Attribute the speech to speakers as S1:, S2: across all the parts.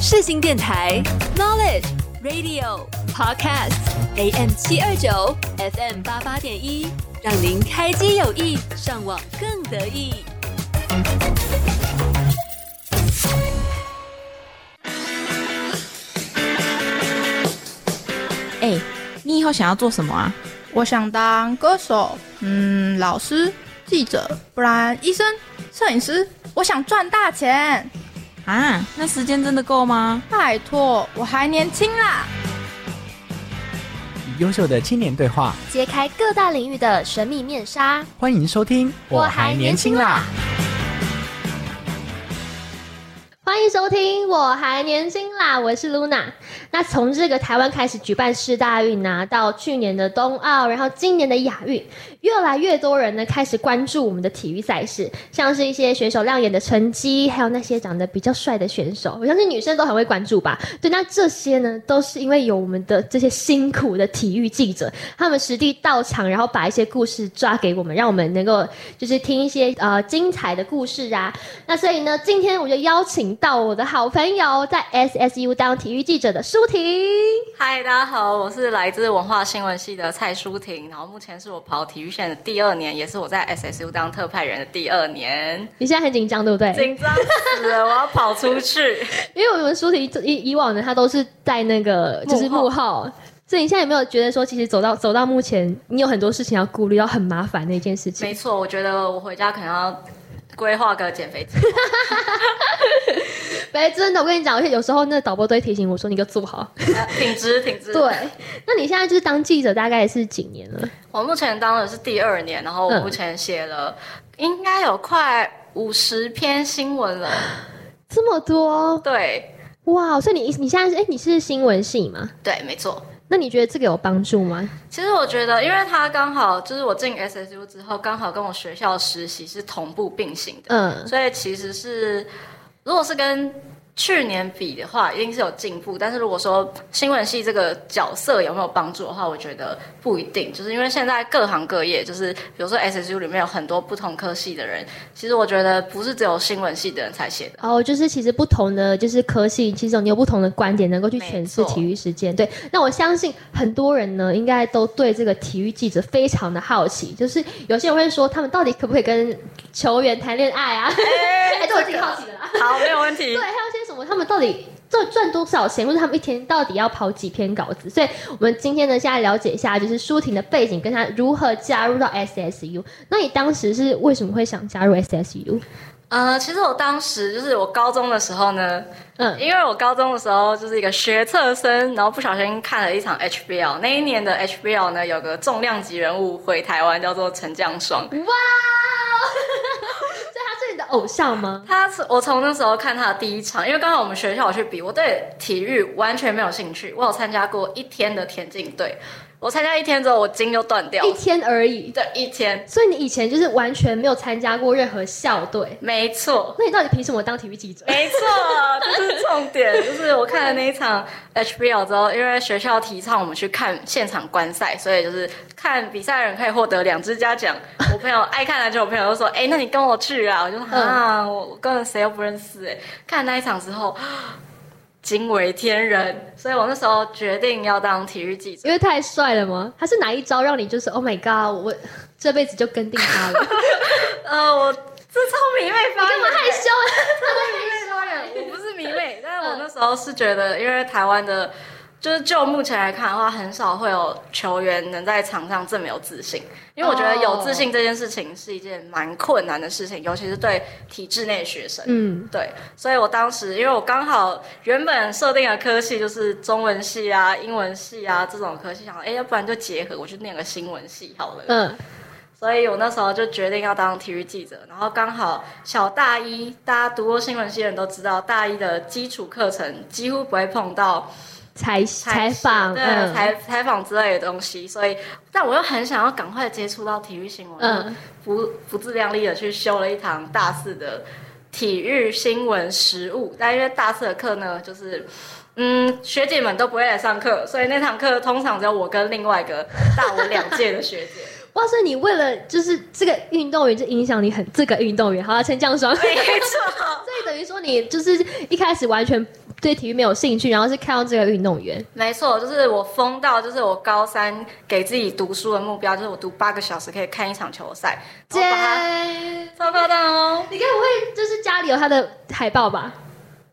S1: 世新电台 Knowledge Radio Podcast AM 七二九 FM 八八点一，让您开机有意，上网更得意。
S2: 哎、你以后想要做什么啊？
S3: 我想当歌手，嗯，老师、记者，不然医生、摄影师。我想赚大钱，
S2: 啊，那时间真的够吗？
S3: 拜托，我还年轻啦！
S4: 与优秀的青年对话，
S5: 揭开各大领域的神秘面纱。
S4: 欢迎收听。
S5: 我还年轻啦！欢迎收听，我还年轻啦，我是 Luna。那从这个台湾开始举办世大运啊，到去年的冬奥，然后今年的亚运，越来越多人呢开始关注我们的体育赛事，像是一些选手亮眼的成绩，还有那些长得比较帅的选手，我相信女生都很会关注吧。对，那这些呢，都是因为有我们的这些辛苦的体育记者，他们实地到场，然后把一些故事抓给我们，让我们能够就是听一些呃精彩的故事啊，那所以呢，今天我就邀请到我的好朋友，在 SSU 当体育记者的舒婷。
S6: 嗨，大家好，我是来自文化新闻系的蔡舒婷，然后目前是我跑体育线的第二年，也是我在 SSU 当特派员的第二年，
S5: 你现在很紧张，对不对？
S6: 紧张死了，我要跑出 去。
S5: 因为我们舒婷以以往呢，她都是在那个就是
S6: 幕后
S5: 幕后，所以你现在有没有觉得说，其实走到走到目前，你有很多事情要顾虑，要很麻烦的一件事
S6: 没
S5: 情？
S6: 错，我觉得我回家可能要规划个减肥计划。
S5: 哎，真的，我跟你讲，而且有时候那个导播都会提醒我说，你给我做好。
S6: 呃挺直，挺直。
S5: 对，那你现在就是当记者，大概是几年了？
S6: 我目前当的是第二年，然后我
S5: 嗯
S6: 目前写了、应该有快五十篇新闻了。
S5: 这么多，
S6: 对，
S5: 哇！所以你你现在是哎，你是新闻系吗？
S6: 对，没错。
S5: 那你觉得这个有帮助吗？
S6: 其实我觉得，因为他刚好就是我进 SSU 之后，刚好跟我学校实习是同步并行的，
S5: 嗯，
S6: 所以其实是如果是跟去年比的话，一定是有进步。但是如果说新闻系这个角色有没有帮助的话，我觉得不一定，就是因为现在各行各业，就是比如说 SSU 里面有很多不同科系的人，其实我觉得不是只有新闻系的人才写的。
S5: 哦，就是其实不同的就是科系，其实你有不同的观点，能够去诠释
S6: 没错
S5: 体育实践。对，那我相信很多人呢，应该都对这个体育记者非常的好奇，就是有些人会说，他们到底可不可以跟球员谈恋爱啊？ 哎，这我自己好奇的啦。
S6: 好，没有问题
S5: 对，。还有些什么？他们到底赚赚多少钱，或者他们一天到底要跑几篇稿子？所以我们今天呢，现在了解一下，就是舒婷的背景，跟她如何加入到 SSU。那你当时是为什么会想加入 SSU？
S6: 呃，其实我当时就是我高中的时候呢，
S5: 嗯，
S6: 因为我高中的时候就是一个学测生，然后不小心看了一场 HBL。那一年的 HBL 呢，有个重量级人物回台湾，叫做陈江双。
S5: 哇哦！ 所以他是你的偶像吗？
S6: 他是我从那时候看他的第一场，因为刚好我们学校有去比，我对体育完全没有兴趣。我有参加过一天的田径队，我参加一天之后，我筋就断掉
S5: 一
S6: 了。
S5: 天而已。
S6: 对，一天，
S5: 所以你以前就是完全没有参加过任何校队，
S6: 没错。
S5: 那你到底凭什么当体育记者？
S6: 没错，这是重点。就是我看了那一场 HBL 之后，因为学校提倡我们去看现场观赛，所以就是看比赛的人可以获得两支嘉 奖。我朋友爱看篮球，我朋友就说：“哎、那你跟我去啊！”我就说：“啊，我我跟谁都不认识。”哎，看了那一场之后， 惊为天人。所以我那时候决定要当体育记者
S5: 因。为太帅了吗？他是哪一招让你就是 Oh my God，我这辈子就跟定他了？ 你
S6: 呃，我这超迷妹发
S5: 干嘛
S6: 言
S5: 害羞啊？
S6: 我不是迷妹，但是我那时候是觉得，因为台湾的，就是就目前来看的话，很少会有球员能在场上这么有自信。因为我觉得有自信这件事情是一件蛮困难的事情，尤其是对体制内学生。
S5: 嗯，
S6: 对，所以我当时因为我刚好原本设定的科系就是中文系啊、英文系啊这种科系，想哎，要不然就结合，我去念个新闻系好了。
S5: 嗯，
S6: 所以我那时候就决定要当体育记者，然后刚好小大一，大家读过新闻系的人都知道，大一的基础课程几乎不会碰到
S5: 采采访，
S6: 对
S5: 嗯，
S6: 采采访之类的东西，所以但我又很想要赶快接触到体育新闻，
S5: 嗯
S6: 不不自量力的去修了一堂大四的体育新闻实务，但因为大四的课呢，就是。嗯，学姐们都不会来上课，所以那堂课通常只有我跟另外一个大我两届的学姐。
S5: 哇塞，你为了就是这个运动员就影响你很这个运动员，好要称降双。所
S6: 没错，
S5: 以等于说你就是一开始完全对体育没有兴趣，然后是看到这个运动员，
S6: 没错，就是我疯到，就是我高三给自己读书的目标，就是我读八个小时可以看一场球赛，
S5: 姐，
S6: 然后把它
S5: 你
S6: 超夸张哦！
S5: 该不会就是家里有他的海报吧？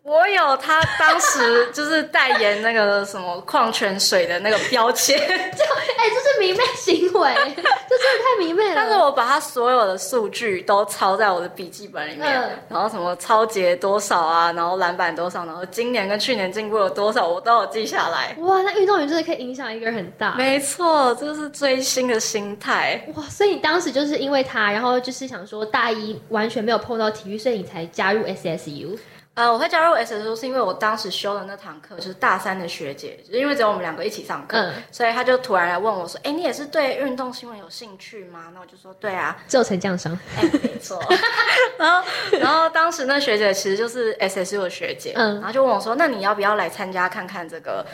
S6: 我有他当时就是代言那个什么矿泉水的那个标签，
S5: 就哎、这是迷妹行为，这真的太迷妹了。
S6: 但是我把他所有的数据都抄在我的笔记本里面，
S5: 嗯
S6: 然后什么超节多少啊，然后篮板多少，然后今年跟去年进步有多少，我都有记下来。
S5: 哇，那运动员真的可以影响一个人很大。
S6: 没错，这是追星的心态。
S5: 哇，所以你当时就是因为他，然后就是想说大一完全没有碰到体育，所以你才加入 SSU。
S6: 呃，我会加入 SSU 是因为我当时修的那堂课就是大三的学姐，就是因为只有我们两个一起上课，
S5: 嗯
S6: 所以她就突然来问我说：“哎、你也是对运动新闻有兴趣吗？”那我就说：“对啊。”
S5: 只有陈降商，
S6: 哎，没错。 然后，然后当时那学姐其实就是 SSU 的学姐，
S5: 嗯
S6: 然后就问我说：“那你要不要来参加看看这个？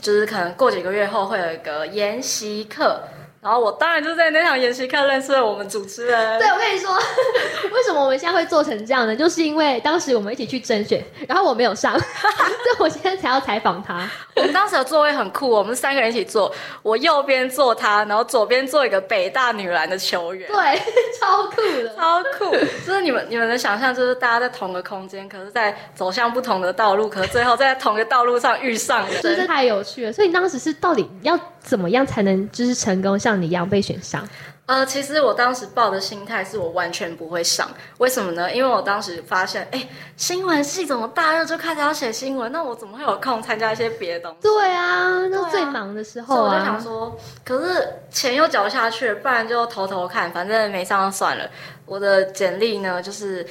S6: 就是可能过几个月后会有一个研习课。”然后我当然就在那场研习课认识了我们主持人。
S5: 对我跟你说， 为什么我们现在会做成这样呢？就是因为当时我们一起去甄选，然后我没有上， 所以我现在才要采访他。
S6: 我们当时的座位很酷，我们三个人一起坐，我右边坐她，然后左边坐一个北大女篮的球员。
S5: 对， 超酷的。
S6: 超酷！就是你们你们能想象，就是大家在同个空间，可是在走向不同的道路，可是最后在同一个道路上遇上人，
S5: 真是太有趣了，所以你当时是到底要怎么样才能就是成功像你一样被选上？
S6: 呃，其实我当时抱的心态是我完全不会上，为什么呢？因为我当时发现，哎，新闻系怎么大二就开始要写新闻，那我怎么会有空参加一些别的东西？
S5: 对啊，那
S6: 啊
S5: 最忙的时
S6: 所以
S5: 候
S6: 我
S5: 啊，
S6: 就想说，可是钱又缴下去了，不然就偷偷看，反正没上就算了。我的简历呢，就是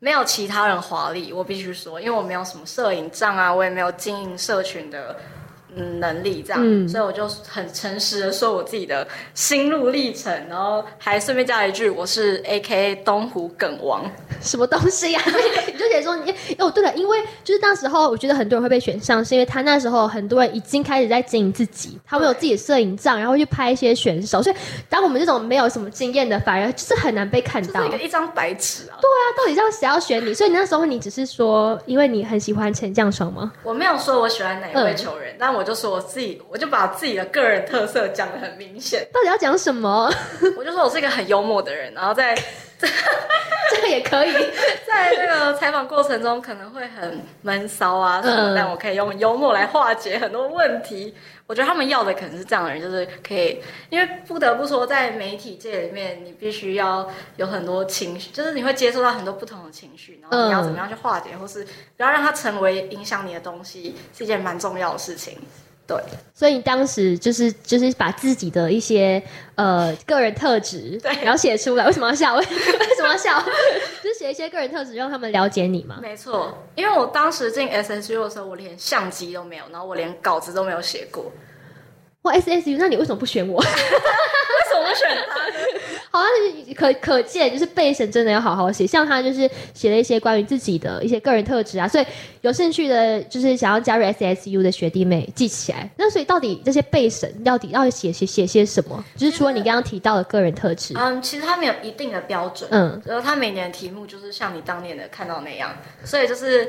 S6: 没有其他人华丽，我必须说，因为我没有什么摄影账啊，我也没有经营社群的。嗯，能力这样，
S5: 嗯
S6: 所以我就很诚实的说我自己的心路历程，然后还顺便加一句，我是 A K A 东湖梗王。
S5: 什么东西啊 呀、你就得说你哦，对了，因为就是那时候我觉得很多人会被选上，是因为他那时候很多人已经开始在经营自己，他们有自己的摄影帐，然后去拍一些选手，所以当我们这种没有什么经验的，反而就是很难被看
S6: 就
S5: 到。
S6: 是一
S5: 对
S6: 个
S5: 啊，
S6: 一张白纸啊！
S5: 到底让谁要选你？所以那时候你只是说，因为你很喜欢陈将爽 吗？
S6: 我没有说我喜欢哪一位
S5: 嗯
S6: 球员，但我就说我自己，我就把自己的个人特色讲得很明显。
S5: 到底要讲什么？
S6: 我就说我是一个很幽默的人，然后在
S5: 这个也可以，
S6: 在那个采访过程中可能会很闷骚啊什么，
S5: 嗯
S6: 但我可以用幽默来化解很多问题。我觉得他们要的可能是这样的人，就是可以，因为不得不说，在媒体界里面，你必须要有很多情绪，就是你会接触到很多不同的情绪，然后你要怎么样去化解，或是不要让它成为影响你的东西，是一件蛮重要的事情。
S5: 所以你当时就是就是把自己的一些呃个人特质，
S6: 对
S5: 然后写出来。为什么要笑？为 什么要笑？就是写一些个人特质，让他们了解你嘛。
S6: 没错，因为我当时进 SSU 的时候，我连相机都没有，然后我连稿子都没有写过，
S5: 哇，S S U，那你为什么不选我？
S6: 为什么选他？
S5: 好像可可见，就是备审真的要好好写。像他就是写了一些关于自己的一些个人特质啊，所以有兴趣的，就是想要加入 S S U 的学弟妹记起来。那所以到底这些备审到底要写写写些什么？就是除了你刚刚提到的个人特质，
S6: 嗯，其实它没有一定的标准，
S5: 嗯，
S6: 然后它每年的题目就是像你当年的看到那样，所以就是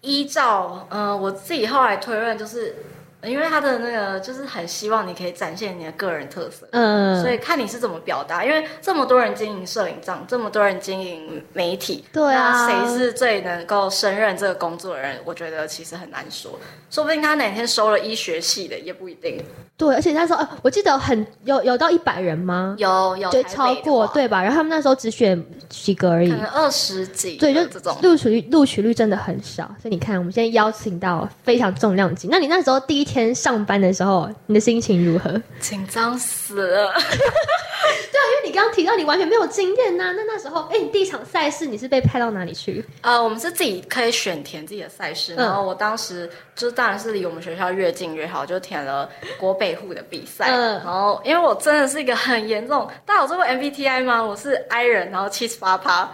S6: 依照呃我自己后来推论，就是因为它的那个就是很希望你可以展现你的个人特色。
S5: 嗯，
S6: 所以看你是怎么表达，因为这么多人经营摄影账，这么多人经营媒体，
S5: 对啊
S6: 那谁是最能够胜任这个工作的人？我觉得其实很难说，说不定他哪天收了医学系的也不一定。
S5: 对，而且那时候，呃我记得很有有到一百人吗？
S6: 有有
S5: 就
S6: 台北
S5: 超
S6: 的
S5: 过
S6: 话，
S5: 对吧？然后他们那时候只选几个而已
S6: 可，能二十几，
S5: 对，就
S6: 这种
S5: 录取率录取率真的很少。所以你看，我们现在邀请到非常重量级。那你那时候第一天上班的时候，你的心情如何？因为
S6: 紧张死了。
S5: 你刚刚提到你完全没有经验呐、那那时候，哎、你第一场赛事你是被派到哪里去？
S6: 呃，我们是自己可以选填自己的赛事，
S5: 嗯
S6: 然后我当时就是当然是离我们学校越近越好，就填了国北户的比赛。
S5: 嗯
S6: 然后因为我真的是一个很严重，大家有做过 MBTI 吗？我是 I 人，然后七十 八趴，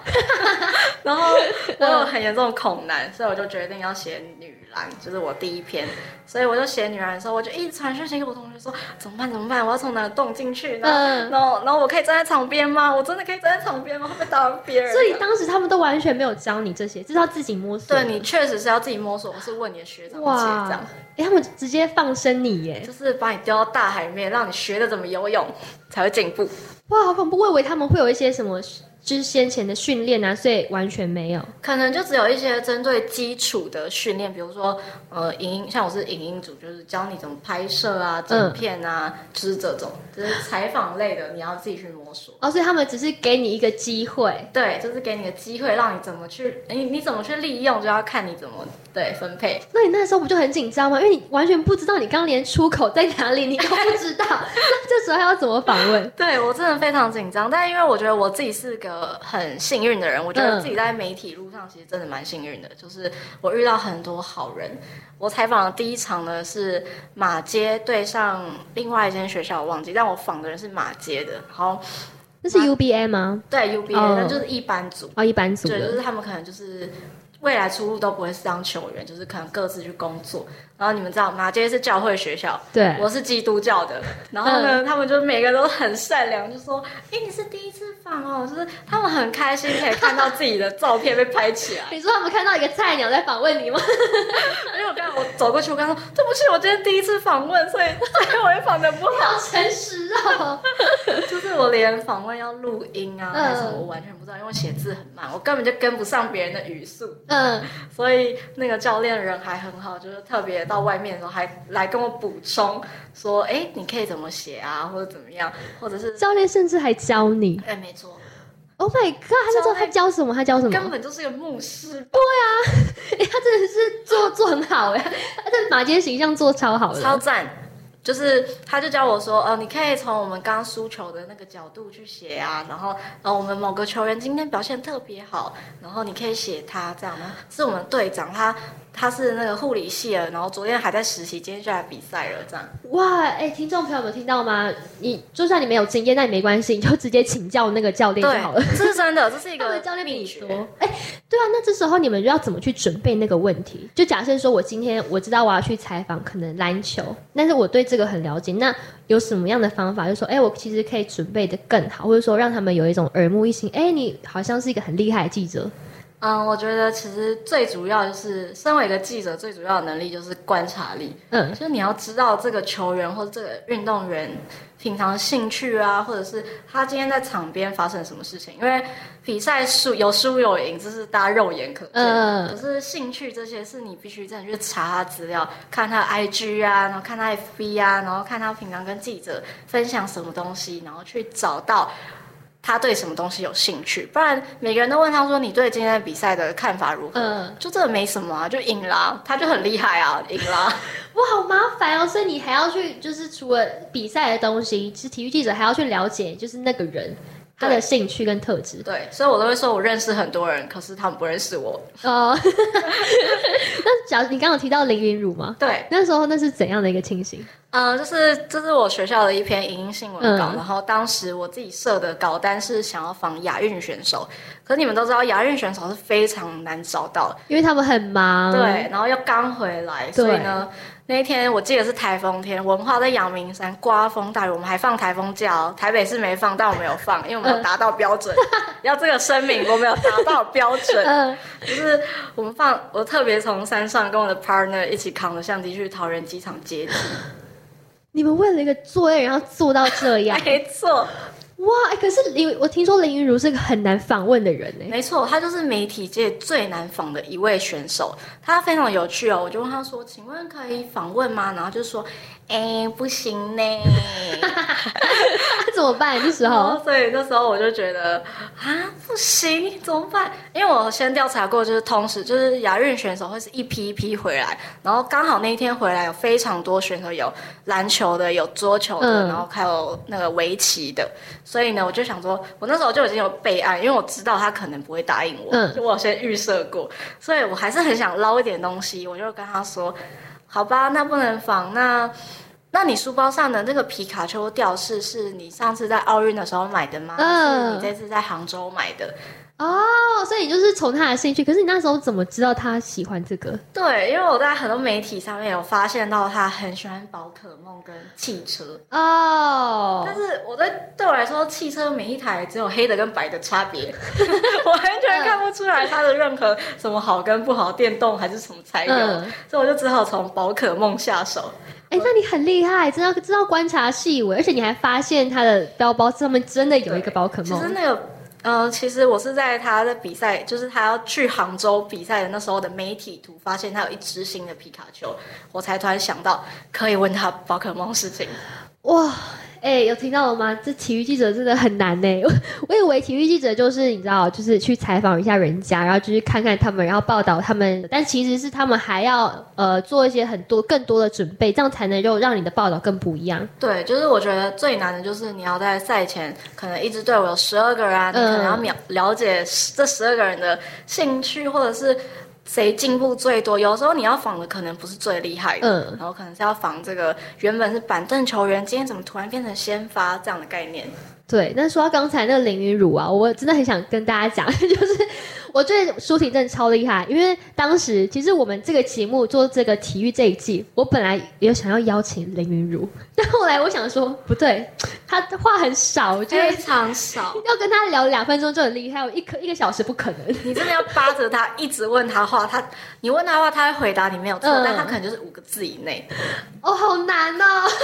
S6: 然后我有很严重的恐男，所以我就决定要写女篮，就是我第一篇。所以我就写女篮的时候，我就一直传讯息给我同学说怎么办怎么办，我要从哪个洞进去？然后、
S5: 嗯
S6: 然后然后我可以站在场边吗？我真的可以站在场边吗？会不会打扰别人？啊
S5: 所以当时他们都完全没有教你这些，知道自己摸索。
S6: 对你确实是要自己摸索，不是问你的学长姐
S5: 哇，
S6: 这样
S5: 哎、，他们直接放生你耶！
S6: 就是把你丢到大海里面，让你学的怎么游 泳才会进步。
S5: 哇，好恐怖！我以为他们会有一些什么，就是先前的训练啊，所以完全没有。
S6: 可能就只有一些针对基础的训练，比如说呃影音，像我是影音组，就是教你怎么拍摄啊、剪片啊，就是这种，就是采访类的，你要自己去摸索。
S5: 哦，所以他们只是给你一个机会。
S6: 对，就是给你个机会，让你怎么去，你你怎么去利用，就要看你怎么对分配。
S5: 那你那时候不就很紧张吗？因为你完全不知道你刚连出口在哪里，你都不知道。那这时候要怎么访问？
S6: 对我真的非常紧张，但因为我觉得我自己是个很幸运的人，我觉得自己在媒体路上其实真的蛮幸运的，就是我遇到很多好人。我采访的第一场呢是马街对上另外一间学校，我忘记，但我访的人是马街的，然后
S5: 那是 UBA 吗？
S6: 对 UBA，
S5: 哦
S6: 那、就是一班组，
S5: 哦，一般组
S6: 对，就
S5: 的。
S6: 是他们可能就是未来出路都不会是当球员，就是可能各自去工作。然后你们知道马街是教会学校，
S5: 对，。
S6: 我是基督教的，然后呢，他们就每个都很善良，就说：“哎、你是第一次访哦。”就是他们很开心可以看到自己的照片被拍起来
S5: 你说他们看到一个菜鸟在访问你吗？
S6: 因为我刚我走过去，我刚说：“对不起，我今天第一次访问，所以 所以我也访的不好。
S5: 好诚实哦。”
S6: 就是我连访问要录音啊，
S5: 嗯
S6: 还是什么，我完全不知道，因为我写字很慢，我根本就跟不上别人的语速。
S5: 嗯，
S6: 所以那个教练人还很好，就是特别到外面的时候还来跟我补充说：“哎、你可以怎么写啊，或者怎么样，或者是……”
S5: 教练甚至还教你。
S6: 哎、没错。
S5: Oh my god！他那时候他教什么？他教什么？
S6: 根本就是个牧师吧，
S5: 欸他真的是做做很好哎，他在马街形象做超好的，
S6: 超赞。就是他就教我说，呃，你可以从我们刚输球的那个角度去写啊，然后呃，我们某个球员今天表现特别好，然后你可以写他这样吗？是我们队长，他他是那个护理系的，然后昨天还在实习，今天就来比赛了，这样。
S5: 哇！哎、听众朋友们听到吗？你就算你没有经验，那也没关系，你就直接请教那个教练就好了。
S6: 对，这是真的，这是一
S5: 他们
S6: 个
S5: 的教练比你多
S6: 秘诀。，
S5: 哎、对啊，那这时候你们要怎么去准备那个问题？就假设说我今天我知道我要去采访可能篮球，但是我对这个很了解，那有什么样的方法？就说，哎、我其实可以准备的更好，或者说让他们有一种耳目一新，哎、你好像是一个很厉害的记者，
S6: 嗯，我觉得其实最主要就是，身为一个记者，最主要的能力就是观察力。
S5: 嗯，
S6: 就是你要知道这个球员或者这个运动员平常兴趣啊，或者是他今天在场边发生什么事情。因为比赛输有输有赢，这是大家肉眼可见。
S5: 嗯
S6: 可是兴趣这些是你必须真的去查他资料，看他的 IG 啊，然后看他 FB 啊，然后看他平常跟记者分享什么东西，然后去找到。他对什么东西有兴趣？不然每个人都问他说：“你对今天的比赛的看法如何？”
S5: 嗯
S6: 就这没什么啊，就赢啦、他就很厉害啊，赢啦、
S5: 哇，好麻烦哦！所以你还要去，就是除了比赛的东西，其实体育记者还要去了解，就是那个人他的兴趣跟特质。
S6: 对，所以我都会说我认识很多人，可是他们不认识我。
S5: 哦， 那假如你刚刚有提到凌云儒吗？
S6: 对，
S5: 那时候那是怎样的一个情形？
S6: 嗯、就是这是我学校的一篇影音新闻稿，
S5: 嗯
S6: 然后当时我自己设的稿单是想要仿亚运选手，可是你们都知道亚运选手是非常难找到的，
S5: 因为他们很忙，
S6: 对，，然后又刚回来，所以呢，那一天我记得是台风天，文化在阳明山刮风大雨，我们还放台风假哦。台北是没放，但我们有放，因为我们有达到标准。要这个声明，我们有达到标准，
S5: 嗯、
S6: 就是我们放，我特别从山上跟我的 partner 一起扛着相机去桃园机场接机。
S5: 你们为了一个作业，然后做到这 样，
S6: 没错，
S5: 哇！哎可是林，我听说林云儒是个很难访问的人哎呢。
S6: 没错，他就是媒体界最难访的一位选手，他非常有趣哦。我就问他说：“请问可以访问吗？”然后就说：“哎、不行呢。”
S5: 那怎么办？这时
S6: 然
S5: 候
S6: 哦后，所以那时候我就觉得啊，不行，怎么办？因为我先调查过，就是同时就是亚运选手会是一批一批回来，然后刚好那一天回来有非常多选手，有篮球的，有桌球的，
S5: 嗯
S6: 然后还有那个围棋的，所以呢，我就想说，我那时候就已经有备案，因为我知道他可能不会答应我，
S5: 嗯
S6: 就我有先预设过，所以我还是很想捞一点东西，我就跟他说，好吧，那不能仿那。那你书包上的那个皮卡丘吊饰是你上次在奥运的时候买的吗？
S5: 嗯
S6: 还是你这次在杭州买的？
S5: 哦，所以你就是从他的兴趣，可是你那时候怎么知道他喜欢这个？
S6: 对，因为我在很多媒体上面有发现到他很喜欢宝可梦跟汽车，
S5: 哦
S6: 但是我在对我来说，汽车每一台只有黑的跟白的差 别，我完全看不出来它的任何什么好跟不好，电动还是什么材料，
S5: 嗯
S6: 所以我就只好从宝可梦下手。
S5: 哎、那你很厉害，知道知道观察细微，而且你还发现他的包包上面真的有一个宝可
S6: 其实
S5: 梦。
S6: 那个，呃，其实我是在他在比赛，就是他要去杭州比赛的那时候的媒体图，发现他有一只新的皮卡丘，我才突然想到可以问他宝可梦事情。
S5: 哇，哎、有听到了吗？这体育记者真的很难呢、 我我以为体育记者就是你知道，就是去采访一下人家，然后就是看看他们，然后报道他们。但其实是他们还要呃做一些很多更多的准备，这样才能够让你的报道更不一样。
S6: 对，就是我觉得最难的就是你要在赛前可能一支队伍有十二个人啊，你可能要了了解这十二个人的兴趣或者是。谁进步最多？有时候你要仿的可能不是最厉害的，
S5: 嗯
S6: 然后可能是要仿这个原本是板凳球员，今天怎么突然变成先发这样的概念。
S5: 对，那说到刚才那个林云儒啊，我真的很想跟大家讲， 就是我觉得舒婷真的超厉害，因为当时其实我们这个节目做这个体育这一季，我本来也想要邀请林云儒，但后来我想说不对，他话很少，我觉得
S6: 非常少，
S5: 要跟他聊两分钟就很厉害，我一可一个小时不可能。
S6: 你真的要扒着他，一直问他话，他你问他话，他会回答你没有错，
S5: 嗯
S6: 但他可能就是五个字以内。
S5: 哦，好难哦。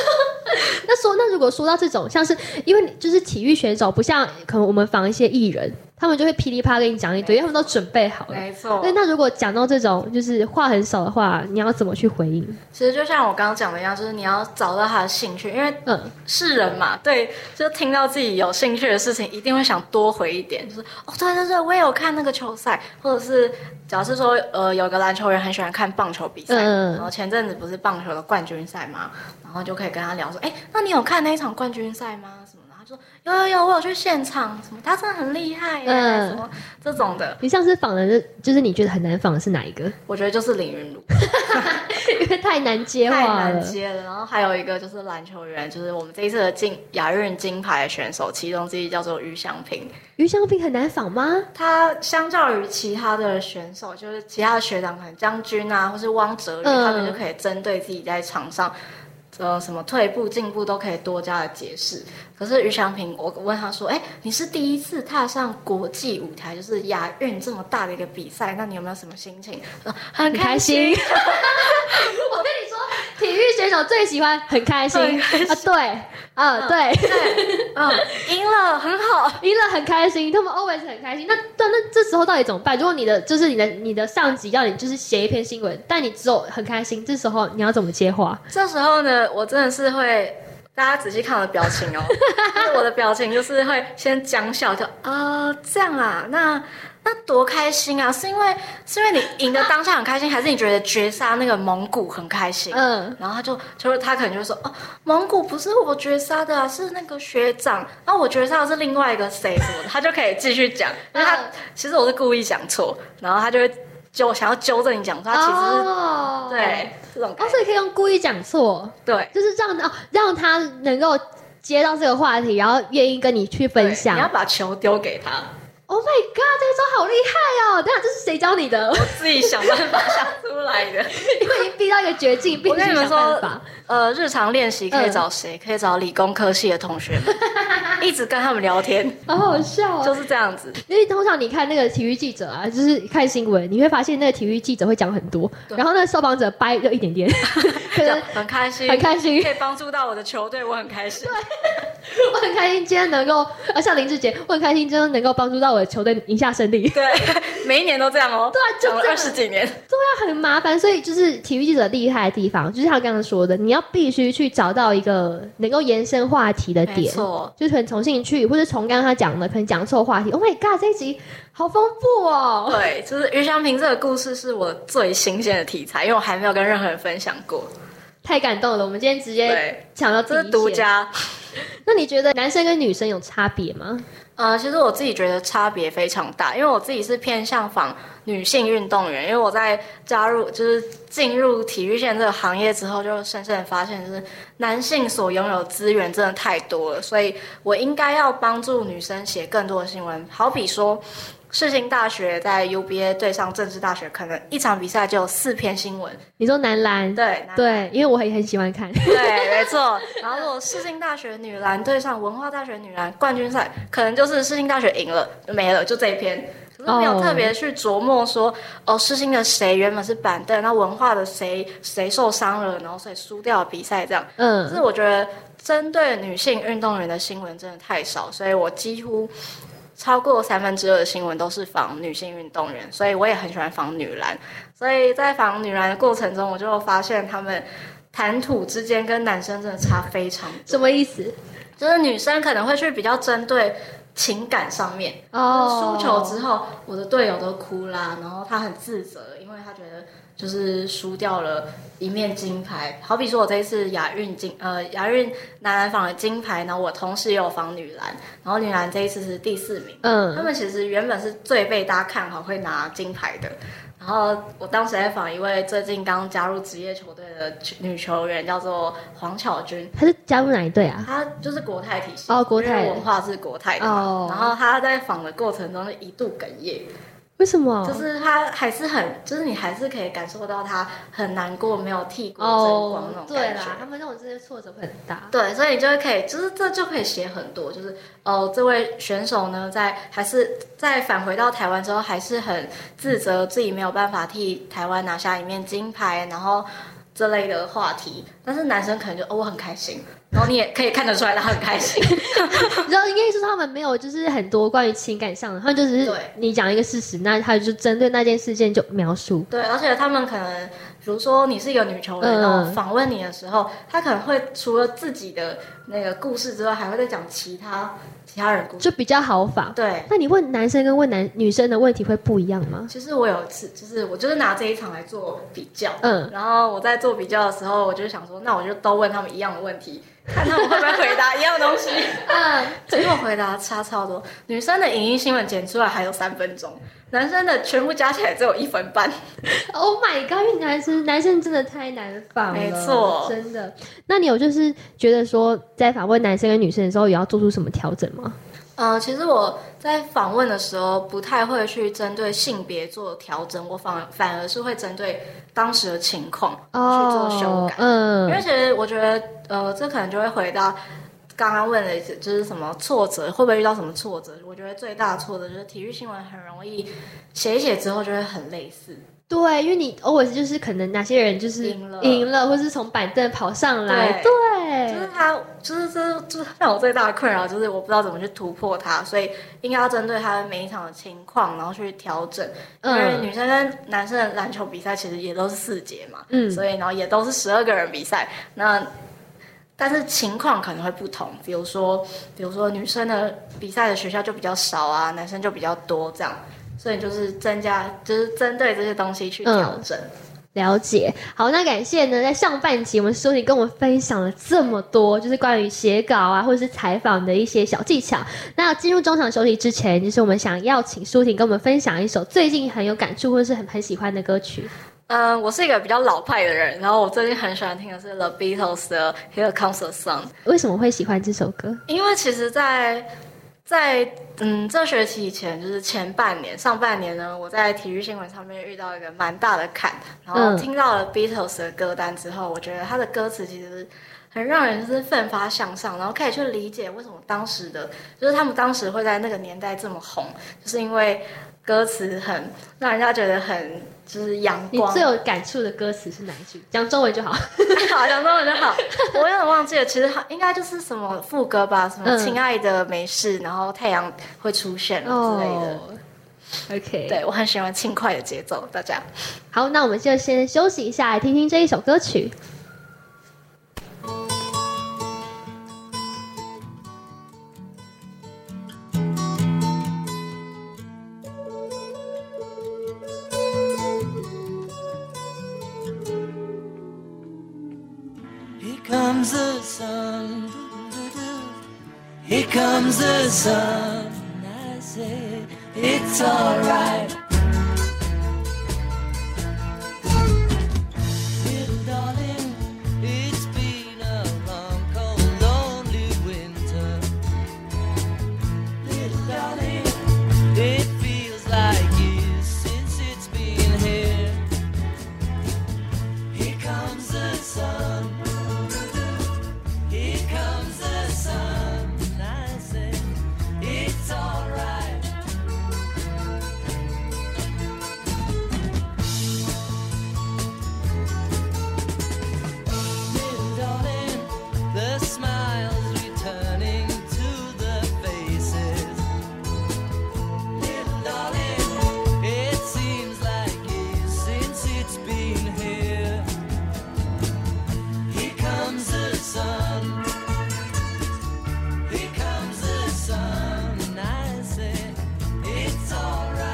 S5: 那说，那如果说到这种，像是因为你就是体育选手，不像可能我们访一些艺人，他们就会噼里啪啦跟你讲一堆，因为他们都准备好了。
S6: 错
S5: 对，那如果讲到这种就是话很少的话，你要怎么去回应？
S6: 其实就像我刚刚讲的一样，就是你要找到他的兴趣，因为
S5: 嗯，
S6: 是人嘛，对，就听到自己有兴趣的事情，一定会想多回一点。就是哦，对对对，我也有看那个球赛，或者是假设说，呃，有个篮球人很喜欢看棒球比赛，
S5: 嗯
S6: 然后前阵子不是棒球的冠军赛嘛，然后就可以跟他聊说，哎，那你有看那一场冠军赛吗？什么的，他就说有有有，我有去现场，什么他真的很厉害耶，
S5: 嗯
S6: 什么这种的，
S5: 你上次访的是，就是你觉得很难访的是哪一个？
S6: 我觉得就是凌云儒
S5: 因为太难接
S6: 太
S5: 话
S6: 难
S5: 了。
S6: 接了。然后还有一个就是篮球员，就是我们这一次的金亚运金牌选手，其中之一叫做于翔平。
S5: 于香平很难访吗？
S6: 他相较于其他的选手，就是其他的学长，可能将军啊，或是汪哲宇，
S5: 嗯
S6: 他们就可以针对自己在场上。呃，什么退步、进步都可以多加的解释。可是于翔平，我问他说：“哎、你是第一次踏上国际舞台，就是亚运这么大的一个比赛，那你有没有什么心情？”他说很
S5: 很开心。我跟 你说，体育选手最喜欢很开心
S6: 很开心
S5: 啊，对啊，对，
S6: 对，嗯，赢了，很好。
S5: 赢了很开心，他们 always 很开心。那那那这时候到底怎么办？如果你的就是你的你的上级要你就是写一篇新闻，但你只有很开心，这时候你要怎么接话？
S6: 这时候呢，我真的是会，大家仔细看我的表情 哦，就是我的表情就是会先讲笑，就呃这样啊，那那多开心啊！是因为是因为你赢的当下很开心，还是你觉得绝杀那个蒙古很开心？
S5: 嗯，
S6: 然后他就就是他可能就说哦，蒙古不是我绝杀的、啊，是那个学长，然后我绝杀的是另外一个谁什么的，他就可以继续讲。但是他
S5: 嗯
S6: 其实我是故意讲错，然后他就会纠想要纠正你讲错，他其实是、
S5: 哦
S6: 对这种感
S5: 哦，
S6: 觉
S5: 所以可以用故意讲错，
S6: 对。
S5: 就是让哦让他能够接到这个话题，然后愿意跟你去分享
S6: 对你。要把球丢给他，
S5: Oh my god，这个招好厉害哦！等一下这是谁教你 的？
S6: 自己想办法想出来 的。
S5: 因为已经逼到一个绝境，必
S6: 我
S5: 须
S6: 跟你们
S5: 想办
S6: 说
S5: 法。，嗯
S6: 呃，日常练习可以找谁？可以找理工科系的同 学们，一直跟他们聊天，
S5: 好好笑哦！
S6: 就是这样子。
S5: 因为通常你看那个体育记者啊，就是看新闻，你会发现那个体育记者会讲很多，
S6: 对
S5: 然后那个受访者掰就一点 点，可
S6: 这
S5: 能
S6: 样很开心，
S5: 很开心
S6: 可以帮助到我的球队，我很开心。
S5: 我很开心今天能够，啊，像林志杰，我很开心今天能够帮助到我的球队赢下胜利。
S6: 对， 每一年都这样哦，
S5: 对啊就
S6: 讲了
S5: 这样
S6: 二十几年。
S5: 很麻烦，所以就是体育记者厉害的地方，就是他刚刚说的，你要必须去找到一个能够延伸话题的
S6: 没
S5: 点，
S6: 错，
S5: 就是可能从兴趣，或者从刚刚他讲的，可能讲错话题。Oh my god，这一集好丰富哦！
S6: 对，就是于香平这个故事是我最新鲜的题材，因为我还没有跟任何人分享过。
S5: 太感动了，我们今天直接
S6: 对，
S5: 抢到
S6: 这
S5: 这
S6: 是独，家，
S5: 那你觉得男生跟女生有差别吗？
S6: 呃，其实我自己觉得差别非常大，因为我自己是偏向仿女性运动员，因为我在加入就是进入体育线这个行业之后，就深深地发现，就是男性所拥有资源真的太多了，所以我应该要帮助女生写更多的新闻，好比说。世新大学在 UBA 对上政治大学，可能一场比赛就有四篇新闻。
S5: 你说男篮？
S6: 对，那
S5: 对，啊因为我也很喜欢看。
S6: 对，没错。然后如果世新大学女篮对上文化大学女篮冠军赛，可能就是世新大学赢了，就没了，就这一篇。可是没有
S5: 哦
S6: 特别去琢磨说，哦，世新的谁原本是板凳，那文化的谁谁受伤了，然后所以输掉了比赛这样。可是
S5: 嗯，
S6: 我觉得针对女性运动员的新闻真的太少，所以我几乎超过三分之二的新闻都是仿女性运动员，所以我也很喜欢仿女篮。所以在仿女篮的过程中，我就发现他们谈吐之间跟男生真的差非常
S5: 什
S6: 多，
S5: 么意思？
S6: 就是女生可能会去比较针对。情感上面，
S5: 哦
S6: 输球之后，我的队友都哭啦，然后他很自责，因为他觉得就是输掉了一面金牌。好比说，我这一次亚运金呃亚运男篮访的金牌，然后我同时也有访女篮，然后女篮这一次是第四名。他
S5: 嗯，
S6: 们其实原本是最被大家看好会拿金牌的。然后我当时在访一位最近刚加入职业球队的女球员，叫做黄巧君，
S5: 他是加入哪一队啊？
S6: 她就是国泰体系
S5: 哦国泰
S6: 因为文化是国泰的嘛。
S5: 哦
S6: 然后她在访的过程中就一度哽咽，
S5: 为什么？
S6: 就是他还是很，就是你还是可以感受到他很难过，没有剃过争光那种
S5: 哦对
S6: 感觉。
S5: 啦，他们那种真的挫折会很大。
S6: 对，所以你就会可以，就是这就可以写很多，就是哦，这位选手呢，在还是在返回到台湾之后，还是很自责自己没有办法替台湾拿下一面金牌，然后这类的话题。但是男生可能就哦，我很开心，然后你也可以看得出来他很开心。
S5: 你知道，应该是他们没有，就是很多关于情感上的，他们就只是
S6: 对
S5: 你讲一个事实，那他就针对那件事件就描述。
S6: 对，而且他们可能，比如说你是一个女球员，
S5: 嗯
S6: 然后访问你的时候，他可能会除了自己的那个故事之外，还会再讲其他其他人故事。
S5: 就比较好仿。
S6: 对，
S5: 那你问男生跟问男女生的问题会不一样吗？
S6: 其实我有一次，就是我就是拿这一场来做比较，
S5: 嗯
S6: 然后我在做比较的时候，我就想说，那我就都问他们一样的问题，看他们会不会回答一样的东西。
S5: 嗯，
S6: 结果回答差超多，女生的影音新闻剪出来还有三分钟，男生的全部加起来只有一分半。
S5: Oh my god！因为男生男生真的太难访了，
S6: 没错
S5: 真的。那你有就是觉得说，在访问男生跟女生的时候，也要做出什么调整吗？
S6: 呃，其实我在访问的时候不太会去针对性别做调整，我反反而是会针对当时的情况去做修改。因为
S5: 嗯，
S6: 其实我觉得，呃，这可能就会回到刚刚问的，就是什么挫折，会不会遇到什么挫折？我觉得最大的挫折就是体育新闻很容易写一写之后就会很类似，
S5: 对，因为你 always 就是可能哪些人就是
S6: 赢了
S5: 赢了，或是从板凳跑上来，
S6: 对
S5: 对，
S6: 就是它，就是这，就是让我最大的困扰就是我不知道怎么去突破它，所以应该要针对它的每一场的情况，然后去调整。因为
S5: 嗯
S6: 女生跟男生的篮球比赛其实也都是四节嘛，
S5: 嗯
S6: 所以然后也都是十二个人比赛。那但是情况可能会不同，比如说，比如说女生的比赛的学校就比较少啊，男生就比较多这样，所以就是增加，就是针对这些东西去
S5: 嗯
S6: 调整。
S5: 了解。好，那感谢呢，在上半集我们苏婷跟我们分享了这么多，就是关于写稿啊，或者是采访的一些小技巧。那进入中场休息之前，就是我们想要请舒婷跟我们分享一首最近很有感触或者是很很喜欢的歌曲。
S6: 嗯，我是一个比较老派的人，然后我最近很喜欢听的是 The Beatles 的 Here Comes the Sun。
S5: 为什么会喜欢这首歌？
S6: 因为其实在，在嗯这学期以前，就是前半年、上半年呢，我在体育新闻上面遇到一个蛮大的坎，然后
S5: 嗯
S6: 听到了 Beatles 的歌单之后，我觉得他的歌词其实很让人就是奋发向上，然后可以去理解为什么当时的，就是他们当时会在那个年代这么红，就是因为歌词很让人家觉得很就是阳
S5: 你
S6: 光。
S5: 最有感触的歌词是哪一句？讲中文就好。
S6: 好，讲中文就好。我有点忘记了，其实它应该就是什么副歌吧，什么
S5: 嗯
S6: “亲爱的没事”，然后太阳会出现了之类的。
S5: 哦，OK，
S6: 对我很喜欢轻快的节奏，大家。
S5: 好，那我们就先休息一下，来听听这一首歌曲。
S7: Here comes the sun. doo-doo-doo.
S8: comes the sun. I say, it's alright. Little darling, it's been a long, cold, lonely winter. Little darling, it feels like years since it's been here. Here comes the sun. Here comes the sun. I say, it's alright. Little darling, the smiles returning to the faces. Little darling, it seems like years since it's been here. Here comes the sun. Here comes the sun. And I say, it's alright.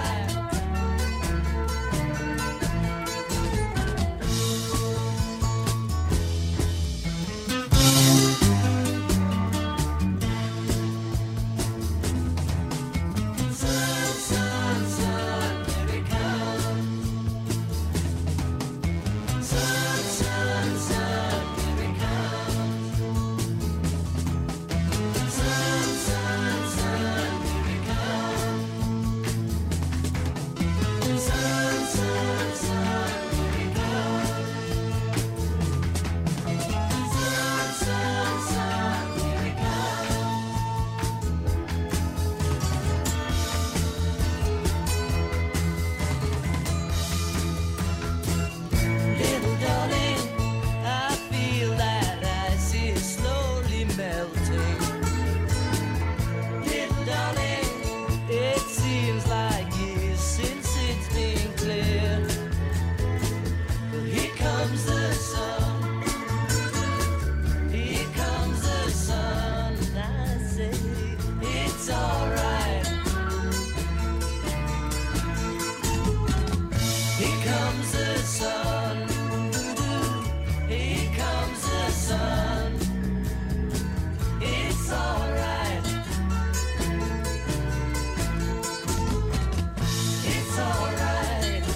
S8: Little darling, I feel that ice is slowly melting. Little darling, it seems like years since it's been clear. But here comes the sun. Here comes the sun, and I say it's alright. Here comes the sun. Here comes the sun. It's alright. It's alright.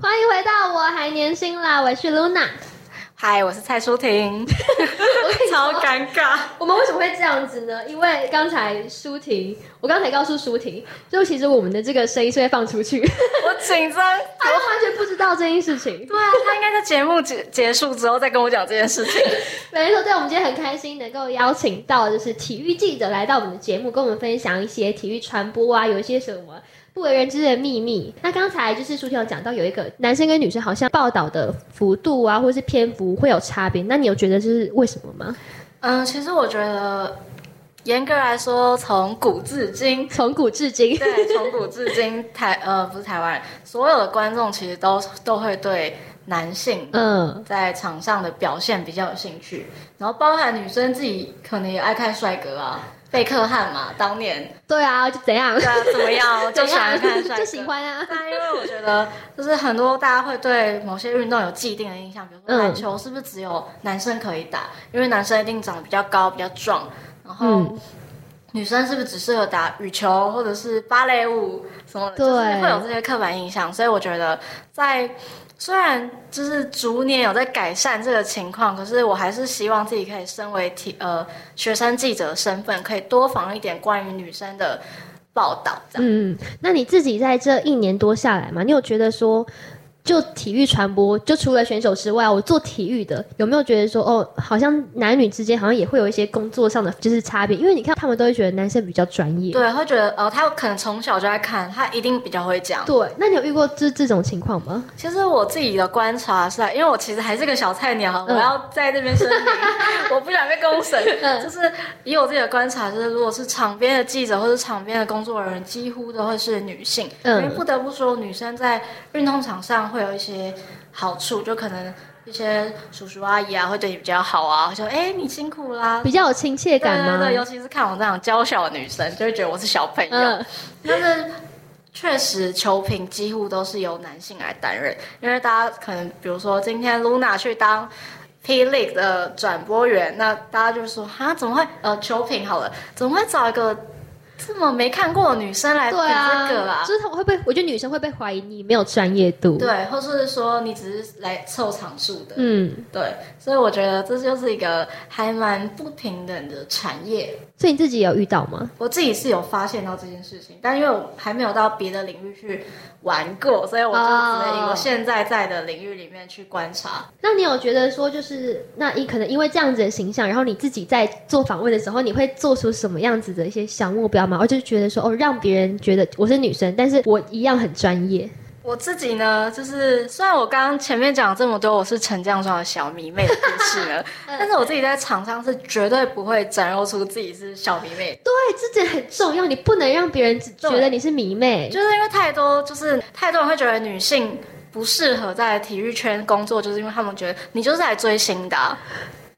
S5: 欢迎回到我还年轻啦，我是 Luna。
S6: 嗨，我是蔡舒 婷，超尴尬。
S5: 我们为什么会这样子呢？因为刚才舒婷，我刚才告诉舒婷，就其实我们的这个声音是会放出去，
S6: 我紧张。
S5: 她完全不知道这件事情。
S6: 对啊，他应该在节目结结束之后再跟我讲这件事情。
S5: 没错，对我们今天很开心能够邀请到就是体育记者来到我们的节目，跟我们分享一些体育传播啊，有一些什么不为人知的秘密。那刚才就是舒婷有讲到有一个男生跟女生好像报道的幅度啊，或是篇幅会有差别，那你有觉得就是为什么吗？
S6: 嗯，其实我觉得，严格来说，从古至今，
S5: 从古至今，
S6: 对，从古至今，台呃不是台湾人，所有的观众其实都都会对男性
S5: 嗯，
S6: 在场上的表现比较有兴趣，然后包含女生自己可能也爱看帅哥啊，贝克汉嘛，当年
S5: 对啊，就怎样
S6: 对？啊怎么 样，就喜欢看帅哥，
S5: 就喜。欢 啊。
S6: 那因为我觉得，就是很多大家会对某些运动有既定的印象，比如说
S5: 嗯
S6: 篮球是不是只有男生可以打？因为男生一定长得比较高、比较壮，然后
S5: 嗯
S6: 女生是不是只适合打羽球或者是芭蕾舞什么的？就是
S5: 对
S6: 会有这些刻板印象。所以我觉得在。虽然就是逐年有在改善这个情况，可是我还是希望自己可以身为体呃学生记者的身份，可以多访一点关于女生的报道，这样。
S5: 嗯，那你自己在这一年多下来嘛，你有觉得说，就体育传播，就除了选手之外，我做体育的，有没有觉得说，哦，好像男女之间好像也会有一些工作上的就是差别？因为你看他们都会觉得男生比较专业。
S6: 对，会觉得呃，他可能从小就在看，他一定比较会讲。
S5: 对，那你有遇过这这种情况吗？
S6: 其实我自己的观察是啊，因为我其实还是个小菜鸟，
S5: 嗯
S6: 我要在这边 声明，我不想被公审。
S5: 嗯
S6: 就是以我自己的观察，就是如果是场边的记者或者场边的工作人员，几乎都会是女性。
S5: 嗯
S6: 因为不得不说，女生在运动场上会有一些好处，就可能一些叔叔阿姨啊会对你比较好啊，说哎你辛苦啦。
S5: 比较有亲切
S6: 对
S5: 感吗？
S6: 对对，尤其是看我这样娇小的女生，就会觉得我是小朋友。
S5: 嗯，
S6: 但是确实球评几乎都是由男性来担任，因为大家可能比如说今天 Luna 去当 P League 的转播员，那大家就说啊，怎么会呃球评好了，怎么会找一个这么没看过的女生来评
S5: 对啊，啊
S6: 这个啊？
S5: 就是他会被，我觉得女生会被怀疑你没有专业度。，
S6: 对，或是说你只是来凑场数的，
S5: 嗯，
S6: 对，所以我觉得这就是一个还蛮不平等的产业。
S5: 所以你自己有遇到吗？
S6: 我自己是有发现到这件事情，但因为我还没有到别的领域去玩过，所以我就只能以我现在在的领域里面去观察。
S5: 那你有觉得说，就是那你可能因为这样子的形象，然后你自己在做访问的时候，你会做出什么样子的一些小目标吗？我就觉得说，哦，让别人觉得我是女生，但是我一样很专业。
S6: 我自己呢，就是虽然我刚刚前面讲了这么多，我是陈江双的小迷妹的故事呢，嗯但是我自己在场上是绝对不会展露出自己是小迷妹的
S5: 对，这点很重要，你不能让别人只觉得你是迷妹。
S6: 就是因为太多，就是太多人会觉得女性不适合在体育圈工作，就是因为他们觉得你就是来追星的啊、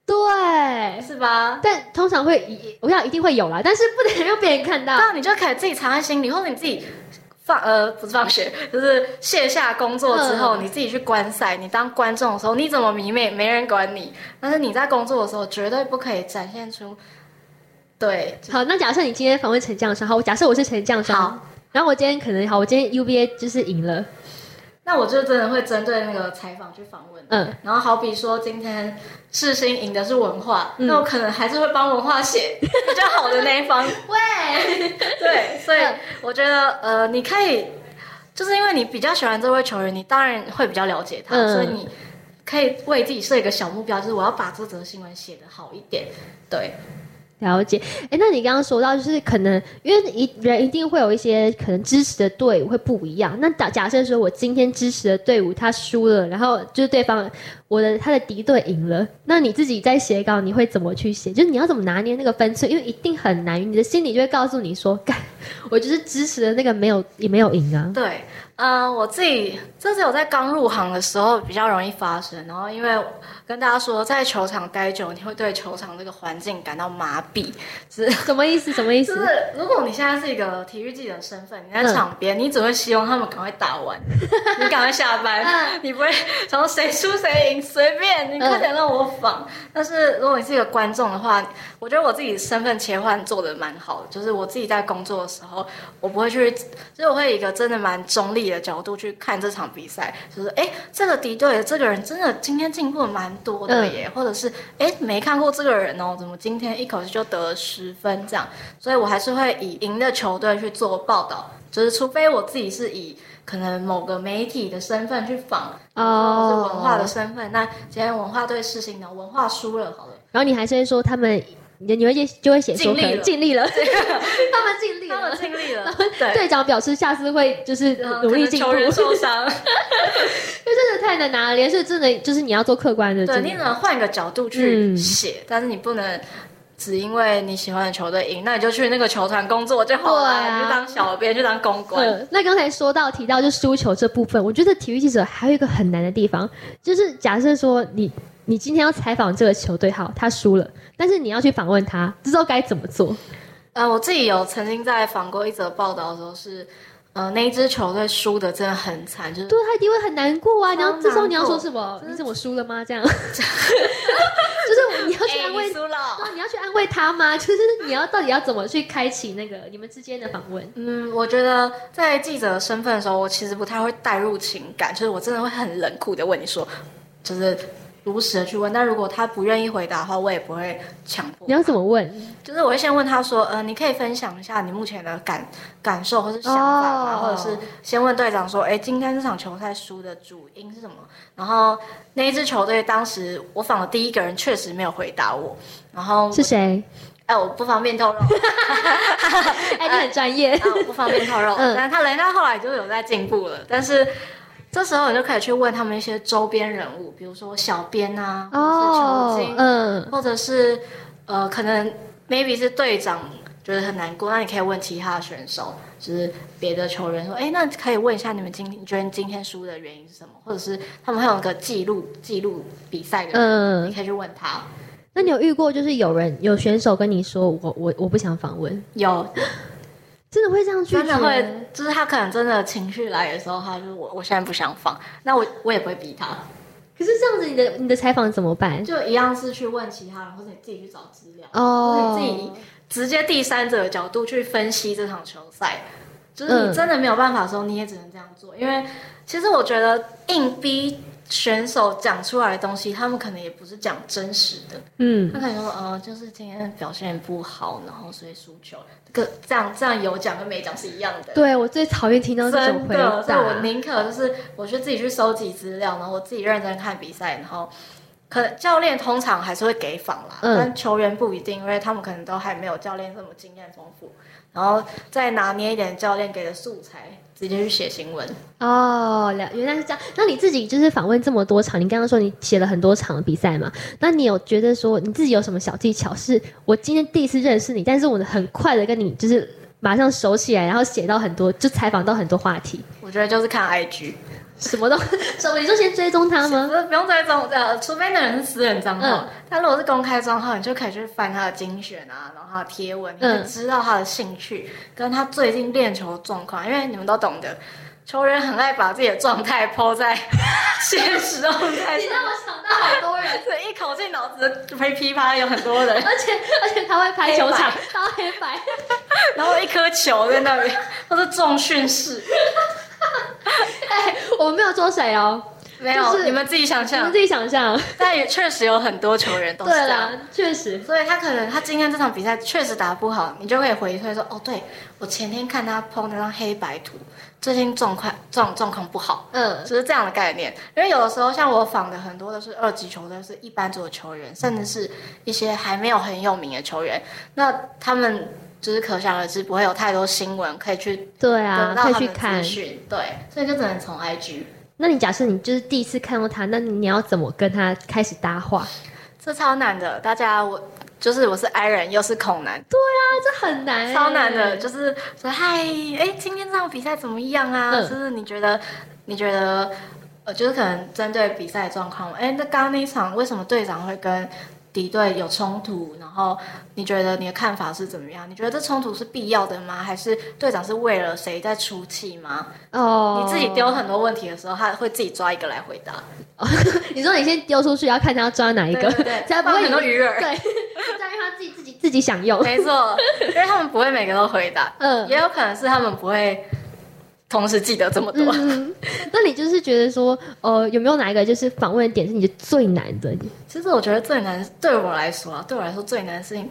S5: 对，
S6: 是吧？
S5: 但通常会，我想一定会有啦，但是不能让别人 看到。
S6: 那你就可以自己藏在心里，或者你自己放呃不是放学，就是卸下工作之后，
S5: 嗯
S6: 你自己去观赛，你当观众的时候，你怎么迷妹没人管你，但是你在工作的时候绝对不可以展现出对就是
S5: 好，那假设你今天访问陈将商，好，我假设我是陈将商
S6: 好，
S5: 然后我今天可能好，我今天 UVA 就是赢了，
S6: 那我就真的会针对那个采访去访问。
S5: 嗯，
S6: 然后好比说今天世新赢的是文化，
S5: 嗯
S6: 那我可能还是会帮文化写比较好的那一方。
S5: 喂，
S6: 对，所以
S5: 嗯
S6: 我觉得呃，你可以就是因为你比较喜欢这位球员，你当然会比较了解他，
S5: 嗯
S6: 所以你可以为自己设一个小目标，就是我要把这则新闻写得好一点。对，
S5: 了解。哎，那你刚刚说到就是可能因为一人一定会有一些可能支持的队伍会不一样，那假假设说我今天支持的队伍他输了，然后就是对方我的他的敌对赢了，那你自己在写稿你会怎么去写？就是你要怎么拿捏那个分寸，因为一定很难，你的心里就会告诉你说，干，我就是支持的那个没有也没有赢啊。
S6: 对，嗯、我自己这是有在刚入行的时候比较容易发生，然后因为跟大家说，在球场待久，你会对球场这个环境感到麻痹，是。
S5: 什么意思？什么意
S6: 就
S5: 思？
S6: 是如果你现在是一个体育记者的身份，你在
S5: 嗯
S6: 场边，你只会希望他们赶快打完，你赶快下班，你不会想说谁输谁赢随便，你快点让我访。但是如果你是一个观众的话，我觉得我自己身份切换做的蛮好的，就是我自己在工作的时候，我不会去，就是我会以一个真的蛮中立的角度去看这场比赛，就是哎、诶这个敌对的这个人真的今天进步蛮多的
S5: 嗯
S6: 耶，或者是哎、诶没看过这个人哦，怎么今天一口气就得了十分这样？所以我还是会以赢的球队去做报道，就是除非我自己是以可能某个媒体的身份去访，
S5: 哦
S6: 或者是文化的身份。那今天文化队事情呢，文化输了好了，
S5: 然后你还是会说他们，你你会写就会写说
S6: 尽力
S5: 可能
S6: 了
S5: 尽力了，他们尽力
S6: 他们
S5: 了。
S6: 尽 力了，对。
S5: 队长表示下次会就是
S6: 嗯
S5: 努力
S6: 可能
S5: 进步，
S6: 球
S5: 因
S6: 员
S5: 为
S6: 受伤，
S5: 真的太难拿了，连是真的就是你要做客观的，
S6: 对
S5: 真
S6: 你
S5: 的
S6: 只能换个角度去写，但是你不能只因为你喜欢的球队赢，那你就去那个球团工作就好了，
S5: 对啊
S6: 你就当小编，去当公关。
S5: 嗯，那刚才说到提到就输球这部分，我觉得体育记者还有一个很难的地方，就是假设说你你今天要采访这个球队，好，他输了，但是你要去访问他，这时候该怎么做？
S6: 呃，我自己有曾经在访过一则报道的时候是，呃，那一支球队输的真的很惨，就是
S5: 对他一定会很难过啊！你要
S6: 超
S5: 这时候你
S6: 难
S5: 要说
S6: 过
S5: 什么？
S6: 真
S5: 你
S6: 的
S5: 怎么输了吗？这样，就是你要去
S6: 哎
S5: 安慰
S6: 你输了。
S5: 那你要去安慰他吗？就是你要到底要怎么去开启那个你们之间的访问？
S6: 嗯，我觉得在记者的身份的时候，我其实不太会带入情感，就是我真的会很冷酷的问你说，就是如实的去问。但如果他不愿意回答的话，我也不会强迫
S5: 你。要怎么问？
S6: 就是我会先问他说，呃，你可以分享一下你目前的感感受或是想法吗
S5: 哦
S6: 或者是先问队长说，哎，今天这场球赛输的主因是什么？然后那一支球队当时我访的第一个人确实没有回答我，然后
S5: 是？谁？
S6: 哎，我不方便透露，
S5: 哎，你很专业
S6: 啊，我不方 便透露。
S5: 嗯
S6: 但他人家后来就有在进步了，但是。这时候你就可以去问他们一些周边人物，比如说小编啊，或者是球经、
S5: 嗯，
S6: 或者是呃，可能 maybe 是队长觉得很难过，那你可以问其他的选手，就是别的球员说，哎，那可以问一下你们今天你觉得你今天输的原因是什么？或者是他们会有一个记录记录比赛的，
S5: 嗯
S6: 你可以去问他。
S5: 那你有遇过就是有人有选手跟你说我我我不想访问，
S6: 有，
S5: 真的会这样拒绝？
S6: 真的会，就是他可能真的情绪来的时候，他就我我现在不想放，那我我也不会逼他，
S5: 可是这样子，你的你的采访怎么办？
S6: 就一样是去问其他人，或者你自己去找资料，
S5: 哦
S6: 或者你自己直接第三者的角度去分析这场球赛。就是你真的没有办法的时候，你也只能这样做，因为其实我觉得硬逼选手讲出来的东西，他们可能也不是讲真实的，
S5: 嗯
S6: 他可能说，呃，就是今天表现不好，然后所以输球，这个这样这样有讲跟没讲是一样的。
S5: 对我最讨厌听到这种
S6: 真
S5: 回
S6: 的，所以我
S5: 答。
S6: 宁可就是我去自己去收集资料，然后我自己认真看比赛，然后可能教练通常还是会给访啦，
S5: 嗯
S6: 但球员不一定，因为他们可能都还没有教练这么经验丰富，然后再拿捏一点教练给的素材，直接去写新闻。
S5: 哦，了，原来是这样。那你自己就是访问这么多场，你刚刚说你写了很多场的比赛嘛？那你有觉得说你自己有什么小技巧？是我今天第一次认识你，但是我很快的跟你就是马上熟起来，然后写到很多，就采访到很多话题，
S6: 我觉得就是看 IG，
S5: 什么都什么，你就先追踪他吗？
S6: 不用追踪，呃，除非那个人是私人账号，
S5: 嗯
S6: 但如果是公开账号，你就可以去翻他的精选啊，然后他的贴文，你
S5: 嗯
S6: 会知道他的兴趣、跟他最近练球的状况，因为你们都懂得，球员很爱把自己的状态抛在现实动 态上，
S5: 我想到好多人，
S6: 所以一口进脑子就会噼啪有很 多人，
S5: 而且而且他会拍球场
S6: 黑，
S5: 他会黑白。
S6: 然后一颗球在那边，或是重训室，
S5: 哎，我没有说谁哦，
S6: 没有，
S5: 就是
S6: 你们自己想
S5: 你们
S6: 象
S5: 自，己想象。
S6: 但也确实有很多球员都是
S5: 对
S6: 这样。
S5: 啦，确实。
S6: 所以他可能他今天这场比赛确实打不好，你就可以回推说，哦，对我前天看他 PO 那张黑白图，最近状况状状况不好，
S5: 嗯，
S6: 就是这样的概念。因为有的时候像我访的很多都是二级球队，是一般组的球员，甚至是一些还没有很有名的球员，那他们就是可想而知不会有太多新闻可以去
S5: 对啊
S6: 得，到
S5: 可以去
S6: 他们的
S5: 看
S6: 资。讯，对，所以就只能从 IG。
S5: 那你假设你就是第一次看到他，那你要怎么跟他开始搭话？
S6: 这超难的，大家我就是我是 I 人又是恐男，
S5: 这很难欸
S6: 超难的，就是说嗨，哎，今天这场比赛怎么样啊？
S5: 嗯
S6: 就是你觉得，你觉得，呃，就是可能针对比赛的状况，哎，那刚刚那一场为什么队长会跟敌对有冲突？然后你觉得你的看法是怎么样？你觉得这冲突是必要的吗？还是队长是为了谁在出气吗？
S5: 哦。
S6: 你自己丢，很多问题的时候，他会自己抓一个来回答，
S5: 你说你先丢出去，要看他要抓哪一个
S6: 对 对对，
S5: 才不
S6: 放
S5: 会
S6: 很多
S5: 你
S6: 鱼饵
S5: 对， 这样让他自己自己自己享用。
S6: 没错，因为他们不会每个都回答，
S5: 嗯
S6: 也有可能是他们不会同时记得这么多。
S5: 嗯， 那你就是觉得说，呃，有没有哪一个就是访问点是你的最难的？
S6: 其实我觉得最难，对我来说啊，对我来说最难的事情，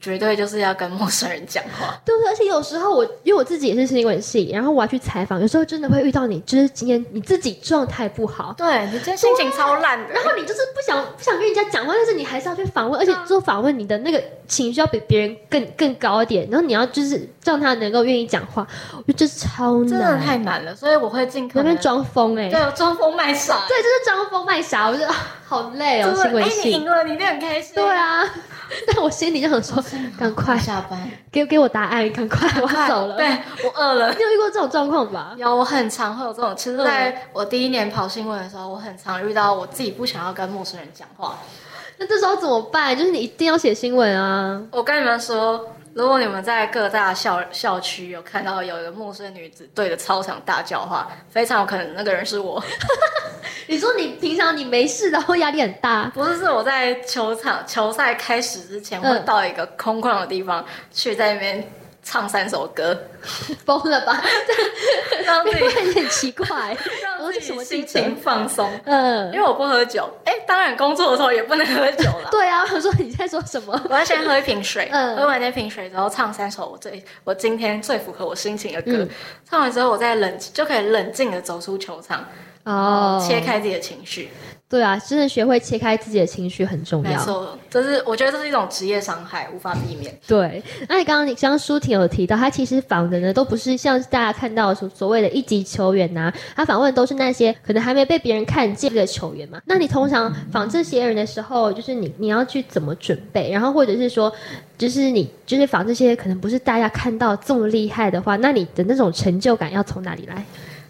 S6: 绝对就是要跟陌生人讲话。
S5: 对不对？而且有时候我，因为我自己也是新闻系，然后我要去采访，有时候真的会遇到你，就是今天你自己状态不好，
S6: 对啊你今天心情超烂的，
S5: 然后你就是不想不想跟人家讲话，但是你还是要去访问，而且做访问你的那个情绪要比别人更更高一点，然后你要就是让他能够愿意讲话，我觉得这超
S6: 真的
S5: 难，
S6: 太难了，所以我会尽
S5: 你那
S6: 可能
S5: 边装疯哎，
S6: 对我装疯卖傻。
S5: 对，就是装疯卖傻，我觉得啊好累哦，
S6: 就是
S5: 新闻
S6: 哎，你
S5: 系
S6: 赢，了，你一定很开心。
S5: 对，啊，但我心里就想说，赶快
S6: 下班，
S5: 给给我答案， 赶快我要走了，
S6: 对我饿了。
S5: 你有遇过这种状况吧？
S6: 有，我很常会有这种。其实，在我第一年跑新闻的时候，我很常遇到我自己不想要跟陌生人讲话。
S5: 那这时候怎么办？就是你一定要写新闻啊，
S6: 我跟你们说，如果你们在各大校校区有看到有一个陌生女子对着操场大叫的话，非常有可能那个人是我。
S5: 你说你平常你没事，然后压力很大，
S6: 不是，是我在球场球赛开始之前，
S5: 嗯
S6: 会到一个空旷的地方去在那边唱三首 歌，
S5: 疯了 吧？
S6: 让自
S5: 会
S6: 己
S5: 有点奇怪，然
S6: 让
S5: 后
S6: 自
S5: 是
S6: 己
S5: 什么
S6: 心
S5: 心情
S6: 情？放松。
S5: 嗯
S6: 因，为我不喝酒，哎、当然工作的时候也不能喝酒了。
S5: 对啊，我说你在说什么？
S6: 我要先喝一瓶水，
S5: 嗯
S6: 喝完那瓶水之后唱三首我最我今天最符合我心情的歌，
S5: 嗯
S6: 唱完之后我再冷就可以冷静的走出球场，
S5: 哦，
S6: 切。开自己的情绪。
S5: 对啊，真的学会切开自己的情绪很重
S6: 没
S5: 要。
S6: 错，这是我觉得这是一种职业伤害，无法避免。
S5: 对，那你刚刚你刚刚舒婷有提到，她其实访的呢都不是像大家看到所所谓的一级球员呐、她访问都是那些可能还没被别人看见的球员嘛。那你通常访这些人的时候，就是你你要去怎么准备，然后或者是说，就是你就是访这些可能不是大家看到这么厉害的话，那你的那种成就感要从哪里来？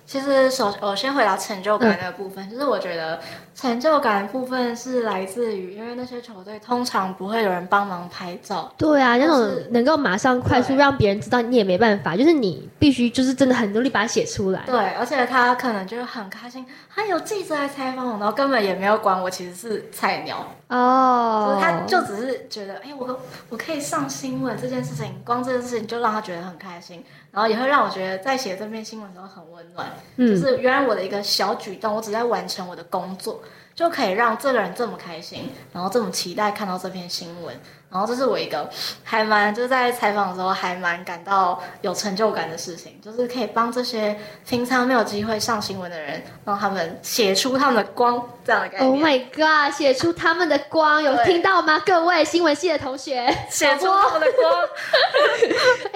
S6: 其实首我先回答成就感的部
S5: 嗯
S6: 分，就是我觉得成就感部分是来自于，因为那些球队通常不会有人帮忙拍照，
S5: 对啊，那
S6: 或是
S5: 种能够马上快速
S6: 对
S5: 让别人知道，你也没办法，就是你必须就是真的很努力把它写出来。
S6: 对，而且他可能就是很开心，他有记者来采访我，然后根本也没有管我其实是菜鸟，就是
S5: 哦，
S6: 他就只是觉得，哎、我我可以上新闻这件事情，光这件事情就让他觉得很开心，然后也会让我觉得在写这篇新闻的时候很温暖。就
S5: 嗯，
S6: 是原来我的一个小举动，我只在完成我的工作，就可以让这个人这么开心，然后这么期待看到这篇新闻，然后这是我一个还蛮就是在采访的时候还蛮感到有成就感的事情，就是可以帮这些平常没有机会上新闻的人，让他们写出他们的光这样的概念
S5: Oh my god！写出他们的光，有
S6: 对
S5: 听到吗？各位新闻系的同学， 哎、
S6: 写出他们的光，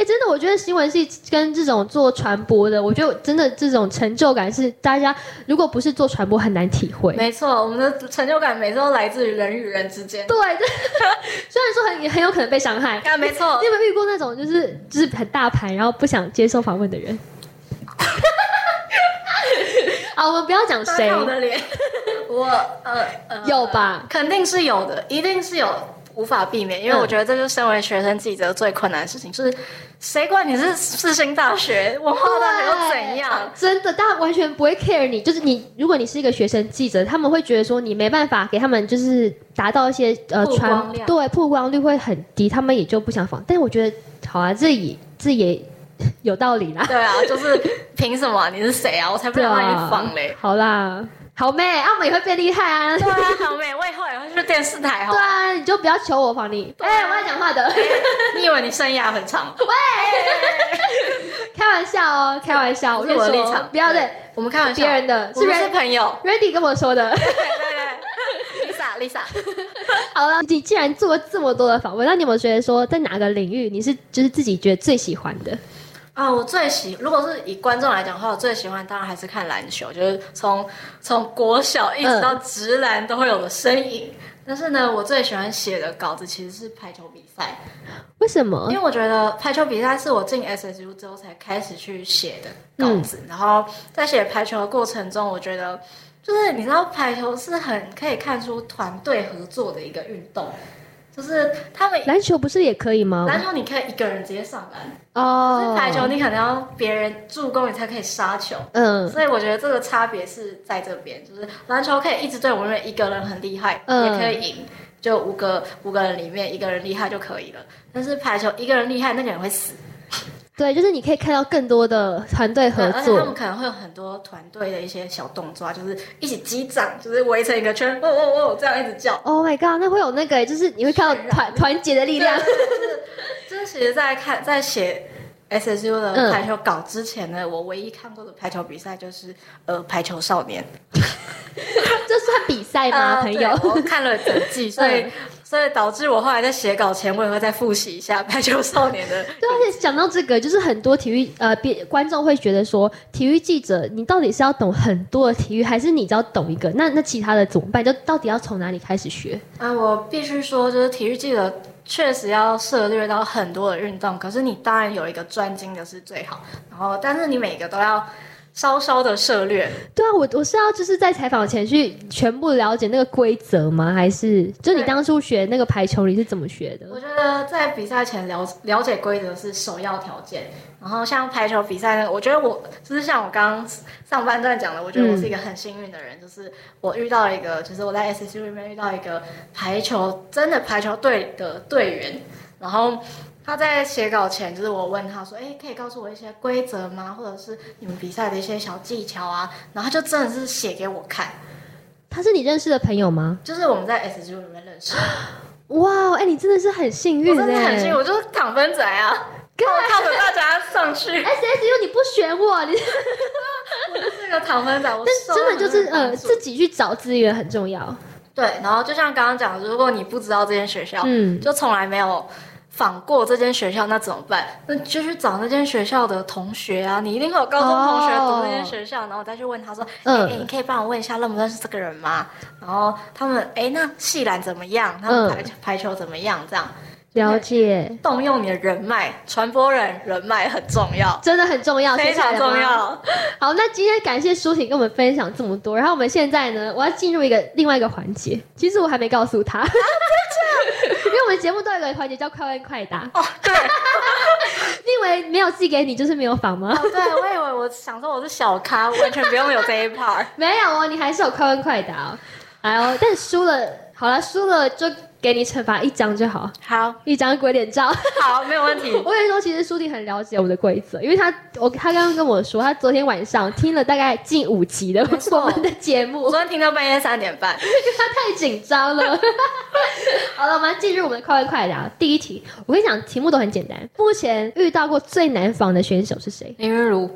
S5: 真的，我觉得新闻系跟这种做传播的，我觉得真的这种成就感是大家如果不是做传播很难体会。
S6: 没错，我们的成就感每次都来自于人与人之间，
S5: 对， 这虽然说很也很有可能被伤害，
S6: 啊，没错
S5: 你，有没有遇过那种就是就是很大牌，然后不想接受访问的人？ 啊，我们不要讲
S6: 大家
S5: 谁
S6: 看，我的 脸，我呃呃
S5: 有吧？
S6: 肯定是有的，一定是有，无法避免。因为
S5: 嗯
S6: 我觉得这就是身为学生记者最困难的事情，就是谁管你是世新大学、文化大学又怎样？
S5: 真的，大家完全不会 care 你。就是你，如果你是一个学生记者，他们会觉得说你没办法给他们就是达到一些呃
S6: 曝光
S5: 传
S6: 量
S5: 对曝光率会很低，他们也就不想访。但我觉得好啊，这也这也有道理 啦。
S6: 对啊，就是凭什么啊、你是谁啊？我才不想让你访嘞！
S5: 好啦，好妹，啊，我们也会变厉害 啊。
S6: 对啊，好美，我以后也会去电视台好
S5: 对
S6: 吗
S5: 啊，你就不要求我访你。
S6: 对啊啊
S5: 哎、我爱讲话的。
S6: 你以为你生涯很长？
S5: 开玩笑哦，开玩笑，
S6: 这
S5: 跟
S6: 是
S5: 你
S6: 啊我的
S5: 说，
S6: 立场，
S5: 不要对
S6: 对我们开玩笑，
S5: 别人的，
S6: 我
S5: 是
S6: 们是
S5: Randy
S6: 朋友。
S5: Randy 跟我说的。
S6: 对对对，Lisa Lisa，
S5: 好了，你既然做过这么多的访问，那你有没有觉得说，在哪个领域你是就是自己觉得最喜欢的？
S6: 啊，我最喜，如果是以观众来讲的话，我最喜欢当然还是看篮球，就是从从国小一直到直男都会有的身影。但是呢，我最喜欢写的稿子其实是排球比赛，
S5: 为什么
S6: 因？为我觉得排球比赛是我进 SSU 之后才开始去写的稿子。然后在写排球的过程中，我觉得就是你知道，排球是很可以看出团队合作的一个运动，就是他们
S5: 篮球不是也可以吗？
S6: 篮球你可以一个人直接上篮，可
S5: 哦
S6: 是排球，你可能要别人助攻你才可以杀球。
S5: 嗯
S6: 所以我觉得这个差别是在这边，就是篮球可以一直对我们认为一个人很厉害，
S5: 嗯
S6: 也可以赢，就五个五个人里面一个人厉害就可以了。但是排球一个人厉害，那个人会死。
S5: 对，就是你可以看到更多的团队合
S6: 而且他们
S5: 作。
S6: 可能会有很多团队的一些小动作啊，就是一起击掌，就是围成一个圈，哦哦哦，这样一直叫。
S5: Oh my god，那会有那个，就是你会看到团团结的力量。
S6: 这其实，在看在写 SSU
S5: 嗯
S6: 的排球稿之前呢，我唯一看过的排球比赛就是呃排球少年。
S5: 这算比赛吗，
S6: 呃
S5: 朋
S6: 对
S5: 友？嗯
S6: 我看了整季，所以、所以导致我后来在写稿前，我也会再复习一下《排球少年》的。嗯
S5: 对，而且讲到这个，就是很多体育呃，别观众会觉得说，体育记者你到底是要懂很多的体育，还是你只要懂一个？那那其他的怎么办？就到底要从哪里开始学？
S6: 啊、我必须说，就是体育记者确实要涉猎到很多的运动，可是你当然有一个专精的是最好，然后但是你每个都要稍稍的涉略。
S5: 对啊，我我是要就是在采访前去全部了解那个规则吗？还是就你
S6: 对
S5: 当初学那个排球你是怎么学
S6: 我
S5: 的？
S6: 觉得在比赛前了了解规则是首要条件。然后像排球比赛呢，我觉得我就是像我刚刚上半段讲的，我觉得我是一个很幸运的人，就是我遇到一个，就是我在 SSU 里面遇到一个排球真的排球队的队员，然后。他在写稿前，就是我问他说：“哎、可以告诉我一些规则吗？或者是你们比赛的一些小技巧啊？”然后他就真的是写给我看，
S5: 他是你认识的朋友吗？
S6: 就是我们在 SSU 里面认识的，
S5: 哇，哎、你真的是很幸运、
S6: 我
S5: 欸，，
S6: 真的很幸运，我就是躺分仔啊，靠靠着大家上去
S5: SSU 哎你不选我，你
S6: 这个躺分仔，我受
S5: 真的就是
S6: 很多
S5: 呃
S6: 帮助
S5: 自己去找资源很重要。
S6: 对。然后就像刚刚讲的，如果你不知道这间学校，
S5: 嗯
S6: 就从来没有访过这间学校，那怎么办？那就去找那间学校的同学啊，你一定会有高中同学
S5: 哦
S6: 读那间学校，然后再去问他说，哎、
S5: 嗯
S6: 哎你可以帮我问一下认不认识这个人吗？然后他们，哎、那系篮怎么样？他
S5: 嗯
S6: 们排、排球怎么样？这样。
S5: 了解，
S6: 动用你的人脉，传播人人脉很重要，
S5: 真的很重要，
S6: 非
S5: 学起来了吗
S6: 常重。要。
S5: 好，那今天感谢舒婷跟我们分享这么多，然后我们现在呢，我要进入一个另外一个环节，其实我还没告诉
S6: 啊
S5: 他， 因为我们节目都有一个环节叫快问快答，
S6: 哦， 对，
S5: 你以为没有寄给你就是没有访吗？
S6: 哦对，我以为我想说我是小咖，完全不用有这一 part。
S5: 没有哦，你还是有快问快答哦。哎呦，但输了，好了，输了就给你惩罚一张就好，
S6: 好，
S5: 一张鬼脸照。
S6: 好，没有问题。
S5: 我跟你说，其实舒婷很了解我们的规则，因为她我她刚刚跟我说，她昨天晚上听了大概近五集的
S6: 错
S5: 我们的节目
S6: 我，昨天听到半夜三点半，
S5: 太紧张了。 好了，我们要进入我们的快问快答。第一题，我跟你讲，题目都很简单。目前遇到过最难防的选手是谁
S6: 林月如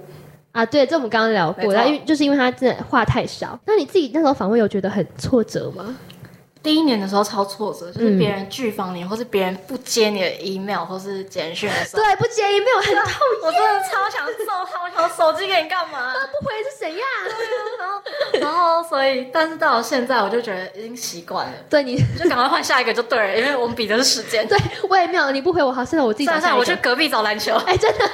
S5: 啊？对，这我们刚刚聊
S6: 没
S5: 过，
S6: 错
S5: 但因为就是因为他真的话太少。那你自己那时候访问有觉得很挫折吗？
S6: 第一年的时候超挫折，就是
S5: 嗯
S6: 别人拒访你，或是别人不接你的 email 或是简讯的时候，
S5: 对，不接 email 很痛，
S6: 我真的超想揍他，我想手机给你干嘛？
S5: 不回是谁呀？
S6: 然后所以，但是到了现在，我就觉得已经习惯了，
S5: 对你，
S6: 就赶快换下一个就对了，因为我们比的是时间。
S5: 对我也没有，你不回我，好，现在我自己找
S6: 算
S5: 下
S6: 算，
S5: 一
S6: 我
S5: 个
S6: 去隔壁找篮球。
S5: 哎、真的，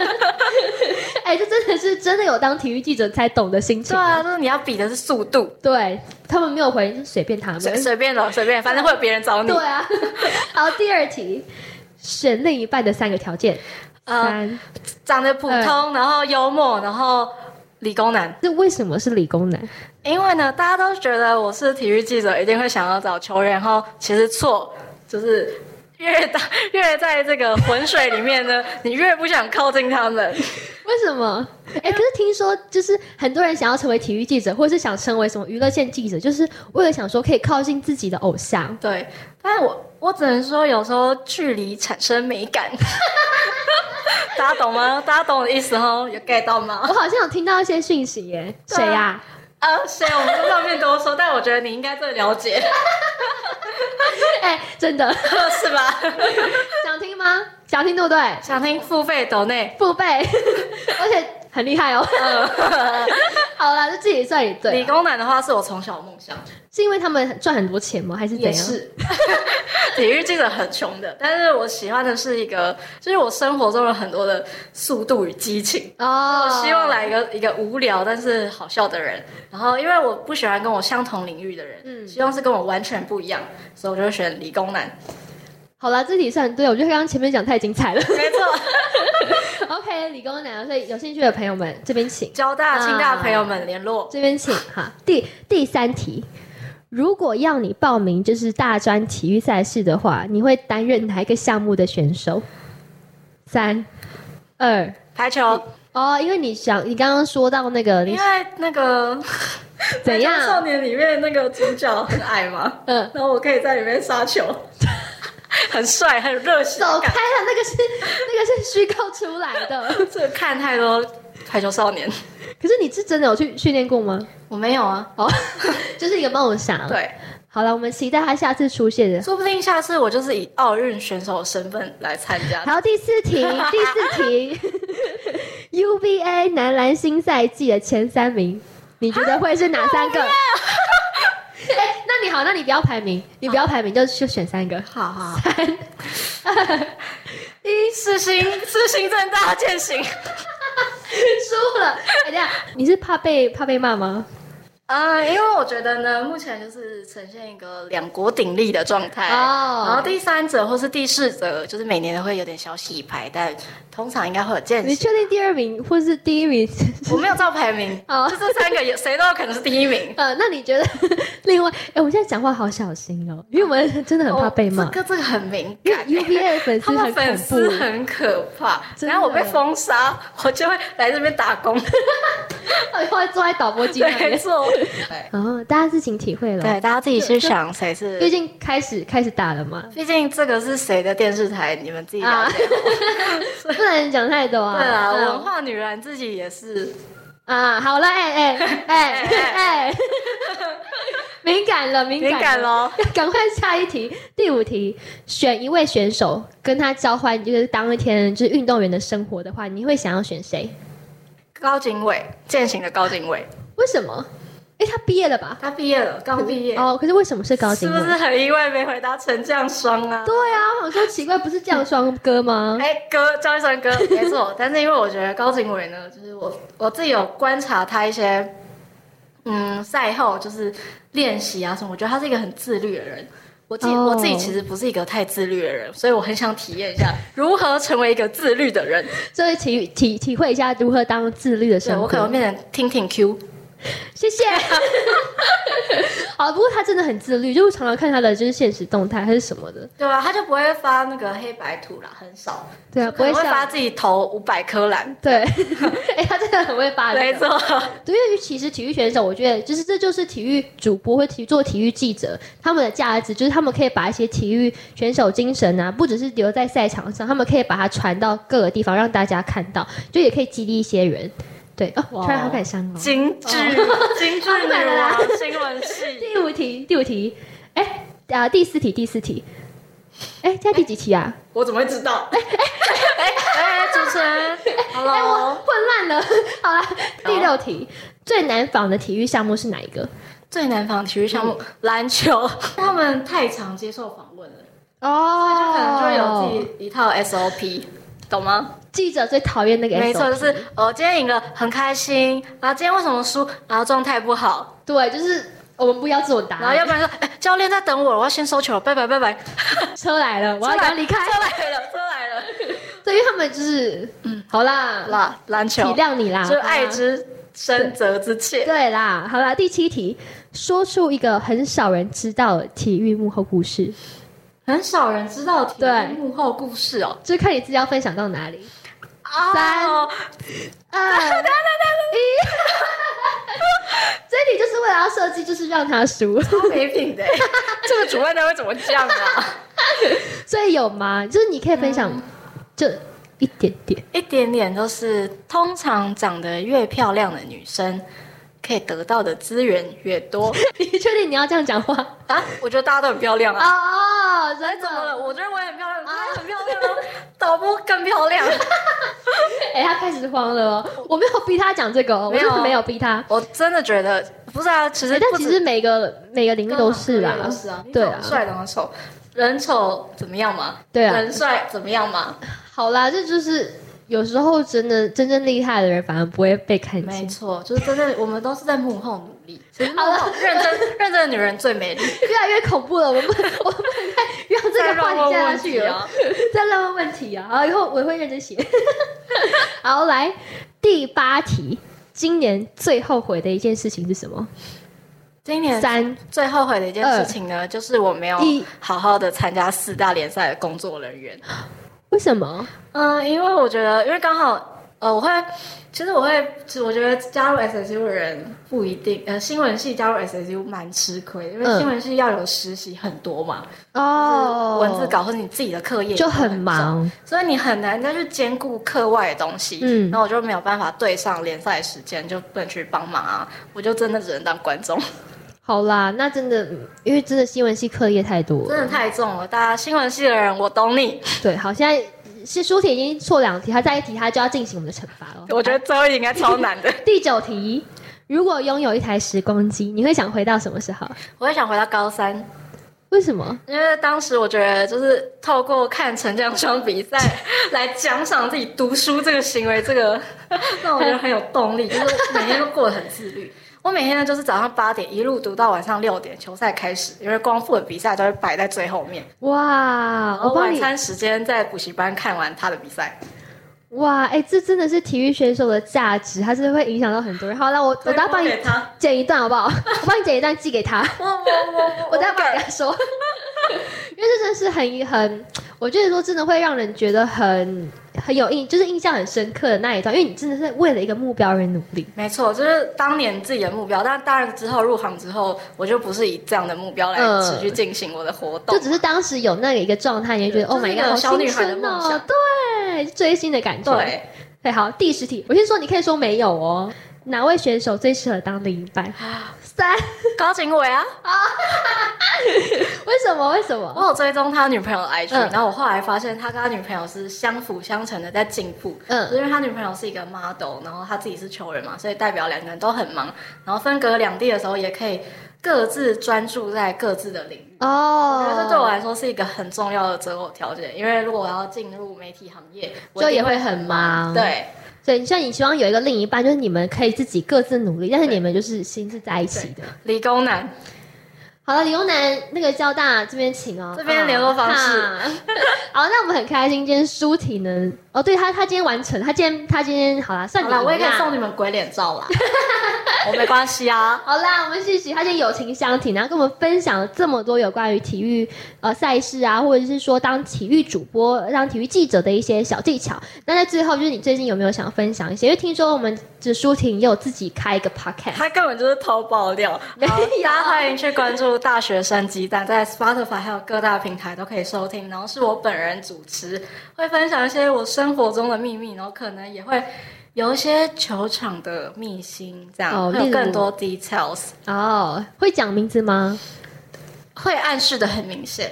S5: 哎、这真的是真的有当体育记者才懂的心情
S6: 对。啊，就是你要比的是速度，
S5: 对他们没有回，就随便他们。
S6: 随随便了，随便，反正会有别人找你
S5: 对。 啊，好，第二题，选另一半的三个条件。
S6: 呃，
S5: 三，
S6: 长得普通，然后幽默，然后理工男。
S5: 这为什么是理工男？
S6: 因为呢，大家都觉得我是体育记者，一定会想要找球员，然后其实错，就是。越打越在这个浑水里面呢， 你越不想靠近他们。
S5: 为什么？哎、可是听说就是很多人想要成为体育记者，或是想成为什么娱乐线记者，就是为了想说可以靠近自己的偶像。
S6: 对，但是我我只能说，有时候距离产生美感， 大家懂吗？大家懂我的意思哦，有 get 到吗
S5: 我？好像有听到一些讯息耶，
S6: 对啊
S5: 谁呀、
S6: 啊，谁？我们不方便多说，但我觉得你应该最了解，
S5: 哎、真的
S6: 是 吧？
S5: 想听吗？想听对不对？
S6: 想听付费抖内，
S5: 父辈， 而且很厉害哦。
S6: 呃
S5: 好啦，就自己算也对啊
S6: 理
S5: 啦，
S6: 工男的话是我从小的梦想，
S5: 是因为他们赚很多钱吗？还是怎样？，
S6: 体育记者很穷的，但是我喜欢的是一个，就是我生活中有很多的速度与激情。
S5: 哦
S6: 我希望来一个一个无聊但是好笑的人，然后因为我不喜欢跟我相同领域的人，
S5: 嗯
S6: 希望是跟我完全不一样，所以我就选理 工男。
S5: 好啦，这题算对，我觉得刚刚前面讲太精彩了。
S6: 没 错，
S5: OK，理工男，所以有兴趣的朋友们这边请，
S6: 交大、清
S5: 啊
S6: 大的朋友们联络，
S5: 这边请哈。第第三题，如果要你报名就是大专体育赛事的话，你会担任哪一个项目的选手？三二
S6: 排球，
S5: 哦，因为你想，你刚刚说到那个，
S6: 因
S5: 你
S6: 为那个
S5: 怎样
S6: 排球少年里面那个主角很矮 嘛，
S5: 嗯。
S6: 然后我可以在里面杀球， 很帅，很有热血
S5: 走开
S6: 感。
S5: 了，那个是 那个是虚构出来的。
S6: 这个看太多排球少年，
S5: 可是你是真的有去训练过吗？
S6: 我没有啊。
S5: 哦， 就是一个梦想。，
S6: 对，
S5: 好了，我们期待他下次出现。
S6: 说不定下次我就是以奥运选手的身份来参加。
S5: 好，第四 题，第四题，UVA 男篮新赛季的前三名，你觉得会是哪三
S6: 啊
S5: 个？ 哎那你好，那你不要排名，你不要排名，就就选三个。
S6: 好好好，
S5: 三二一，
S6: 四星四星正大践行。
S5: 输了。哎，等一下，你是怕被怕被骂吗？
S6: 啊，因为我觉得呢，目前就是呈现一个两国鼎立的状态
S5: 哦
S6: 然后第三者或是第四者，就是每年都会有点小洗牌，但通常应该会有间
S5: 你
S6: 隙。
S5: 确定第二名或是第一名？
S6: 我没有照排名，
S5: 哦
S6: 就这三个也谁都有可能是第一名。
S5: 呃，那你觉得 另外，哎、我现在讲话好小心哦，因为我们真的很怕被骂，
S6: 哦这个这个很敏
S5: 因
S6: 感
S5: 为。UVA 的粉丝
S6: 他们
S5: 很
S6: 粉
S5: 恐
S6: 丝
S5: 怖。
S6: 很可怕，
S5: 真的
S6: 然后我被封杀，我就会来这边打 工。
S5: 哦他会坐在导播机上
S6: 对，
S5: 面。
S6: 做
S5: 哦，大家自行体会了。
S6: 对，大家自己去想谁是
S5: 最。近开始开始打了嘛，
S6: 毕竟这个是谁的电视台，你们自己了解。哦
S5: 不能讲太多啊。
S6: 对啊，
S5: 嗯
S6: 文化女人自己也是
S5: 啊，好了， 哎哎哎哎， 敏感了，敏感
S6: 敏感咯，
S5: 赶快下一题，第五题，选一位选手跟他交换，就是当一天就是运动员的生活的话，你会想要选谁？
S6: 高警委践行的高警委，
S5: 为什么？哎，他毕业了吧？
S6: 他毕业了，刚毕业，
S5: 哦，可是为什么是高
S6: 是
S5: 金
S6: 不
S5: 文？
S6: 是很意外没回答陈降霜啊？
S5: 对啊，我想说奇怪，不是降霜哥 吗？
S6: 哎、哥，张一山哥，没错。但是因为我觉得高景伟呢，就是我我自己有观察他一些，嗯，赛后就是练习啊什么，我觉得他是一个很自律的人。我自己、
S5: 哦
S6: 我自己其实不是一个太自律的人，所以我很想体验一下如何成为一个自律的人。
S5: 所以体体体会一下如何当自律的
S6: 对
S5: 生活。
S6: 我可能变成听听 Q，
S5: 谢谢。好，不过他真的很自律，就是常常看他的就是现实动态还是什么的。
S6: 对啊，他就不会发那个黑白图啦，很少，
S5: 对啊，
S6: 可
S5: 不会
S6: 能会发
S5: 像
S6: 自己投五百颗篮。
S5: 对， 哎、他真的很会发的。
S6: 没 错，
S5: 对，因为其实体育选手，我觉得就是这就是体育主播或体做体育记者他们的价值，就是他们可以把一些体育选手精神啊，不只是留在赛场上，他们可以把它传到各个地方，让大家看到，就也可以激励一些人。对，哦，突然好感伤 哦。
S6: 京剧，京剧
S5: 好
S6: 女
S5: 本来
S6: 王
S5: 哦啊，
S6: 新闻系。
S5: 第五题，第五题，哎、啊，第四题，第四题，哎、现在第几题啊？
S6: 我怎么会知道？哎哎，主持 人
S5: 哎、我
S6: ，Hello，
S5: 混乱了。 好啦，第六题，最难仿的体育项目是哪一个？
S6: 最难防体育项目篮球，嗯 他们太常接受访问了，
S5: 哦，
S6: 可能就有自己一套 SOP，懂吗？
S5: 记者最讨厌那个 SOP，
S6: 没错，就是哦，今天赢了很开心，然后今天为什么输？然后状态不好，
S5: 对，就是我们不要这种答
S6: 然后要
S5: 案。
S6: 不然说哎教练在等我，我要先收球，拜拜拜拜，
S5: 车来了，我要赶快离开。
S6: 车来了，车来了，
S5: 对，因为他们就是，嗯，好啦，
S6: 啦，篮
S5: 体
S6: 球，
S5: 谅你啦，
S6: 就是爱
S5: 好啦。
S6: 之深责之切。
S5: 对啦，好啦，第七题，说出一个很少人知道的体育幕后故事，
S6: 很少人知道体
S5: 对
S6: 育幕后故事哦。
S5: 就是看你自己要分享到哪里。三
S6: 哦，
S5: 二一，这一题就是为了要设计，就是让他输，
S6: 超没品的欸，这个主办单位怎么这样啊？
S5: 所以有吗？就是你可以分享，
S6: 嗯
S5: 就一点点。
S6: 一点点都是，通常长得越漂亮的女生，可以得到的资源越 多
S5: 你确定你要这样讲话？
S6: 啊。我觉得大家都很漂亮啊。
S5: 哦，
S6: 哎
S5: 真
S6: 怎
S5: 的
S6: 么了？我觉得我也很漂亮，她也很漂亮
S5: 啊
S6: 哦，导播更漂 亮。
S5: 哎、他开始慌了哦！我没有逼他讲这个哦，我
S6: 没
S5: 真
S6: 有
S5: 的没有逼他。
S6: 我真的觉得不是啊，其
S5: 哎
S6: 实不
S5: 但
S6: 止
S5: 其实每个每个领域都是啦
S6: 各行各业，都是啊，你
S5: 对
S6: 长
S5: 啊
S6: 得，帅长丑，人丑怎么样嘛？
S5: 对啊
S6: 人帅怎么样嘛？
S5: 好啦，这就是有时候真的真正厉害的人反而不会被看
S6: 没
S5: 见。
S6: 错，就是真的，我们都是在幕后努力。
S5: 好了，
S6: 认真认真的女人最美丽。
S5: 越来越恐怖了，我们不 我们不能再让这个话题下
S6: 再乱问问
S5: 去
S6: 题
S5: 了
S6: 啊，
S5: 再乱问问题啊！好，以后我会认真写。 好，来第八题，今年最后悔的一件事情是什么？
S6: 今年
S5: 三
S6: 最后悔的一件事情呢，就是我没有
S5: 一
S6: 好好的参加四大联赛的工作人员。
S5: 为什么？
S6: 嗯，因为我觉得，因为刚好，呃，我会，其实我会，其实我觉得加入 SSU 的人不一定，呃，新闻系加入 SSU 蛮吃亏的，因为
S5: 嗯
S6: 新闻系要有实习很多嘛，
S5: 哦，
S6: 文字稿或者你自己的课业
S5: 就
S6: 都
S5: 很
S6: 少
S5: 忙。
S6: 所以你很难再去兼顾课外的东西，
S5: 嗯
S6: 嗯，然后我就没有办法对上联赛时间，就不能去帮忙啊，我就真的只能当观众，
S5: 好啦，那真的，嗯因为真的新闻系课业太多
S6: 真的
S5: 了。
S6: 太重了。大家新闻系的人，我懂你。
S5: 对，好，现在是舒婷已经错两题，她再一题她就要进行我们的惩罚了。
S6: 我觉得最后一题应该超难的。
S5: 第九题，如果拥有一台时光机，你会想回到什么时候？
S6: 我也想回到高三，
S5: 为什么？
S6: 因为当时我觉得就是透过看陈江双比赛 来奖赏自己读书这个行为，这个 让我觉得很有动力，就是我每天都过得很自律。我每天呢就是早上八点一路读到晚上六点，球赛开始，因为光复的比赛都会摆在最后面。
S5: 哇，
S6: 我
S5: 我帮
S6: 晚
S5: 你
S6: 餐时间在补习班看完他的比赛，
S5: 哇，哎、这真的是体育选手的价值，它是会影响到很多人。好啦，我我等下帮你
S6: 推播给他。
S5: 剪一段好不 好？我帮你剪一段寄给他。
S6: 我我 我
S5: 我待会跟他说，因为这真的是很很，我觉得说真的会让人觉得很很有印，就是印象很深刻的那一段，因为你真的是为了一个目标而努力。
S6: 没错，就是当年自己的目标，但当然之后入行之后，我就不是以这样的目标来
S5: 嗯
S6: 持续进行我的活动，
S5: 就只是当时有那个一个状态，你就觉得
S6: 对
S5: Oh my
S6: 就是
S5: god，
S6: 那个
S5: 好
S6: 小
S5: 青
S6: 女孩的
S5: 春
S6: 梦
S5: 哦
S6: 想，
S5: 对，追星的感觉。
S6: 对。
S5: 对，好，第十题，我先说，你可以说没有哦。哪位选手最适合当另一半？ 三，
S6: 高景伟啊，
S5: 为什么？为什
S6: 我
S5: 么？
S6: 有追踪他女朋友的 IG，、
S5: 嗯
S6: 然后我后来发现他跟他女朋友是相辅相成的，在进步。
S5: 嗯
S6: 嗯，因为他女朋友是一个 model，然后他自己是球员嘛，所以代表两个人都很忙，然后分隔两地的时候也可以各自专注在各自的领域。我觉
S5: 哦，
S6: 得这对我来说是一个很重要的择偶条件，因为如果我要进入媒体行业，我
S5: 就
S6: 一
S5: 也
S6: 定
S5: 会很忙。，
S6: 对
S5: 所以像你希望有一个另一半，就是你们可以自己各自努力，但是你们就是心是在一起的。
S6: 理工男。
S5: 好了，理工男那个交大这边请哦，
S6: 这边联络方式
S5: 啊好，那我们很开心，今天舒婷呢，哦，对他，他今天完成，他今天他今天好啦，算
S6: 好
S5: 你哦
S6: 啦，我也
S5: 赢
S6: 可以
S5: 啦
S6: 送你们鬼脸 照啦，我没关系啊。
S5: 好啦，我们谢谢他今天友情相挺，然啊后跟我们分享了这么多有关于体育呃赛事啊，或者是说当体育主播、当体育记者的一些小技巧。那在最后，就是你最近有没有想分享一些？因为听说我们这舒婷也有自己开一个 podcast，
S6: 他根本就是偷爆料，
S5: 没有
S6: 好大家欢迎去关注大学生鸡蛋，在 Spotify 还有各大平台都可以收听。然后是我本人主持，会分享一些我生活中的秘密，然后可能也会有一些球场的秘辛，这样、
S5: 哦
S6: 会
S5: 例
S6: 有
S5: 如
S6: 更多 details，
S5: 哦，会讲名字吗？
S6: 会暗示的很 明显。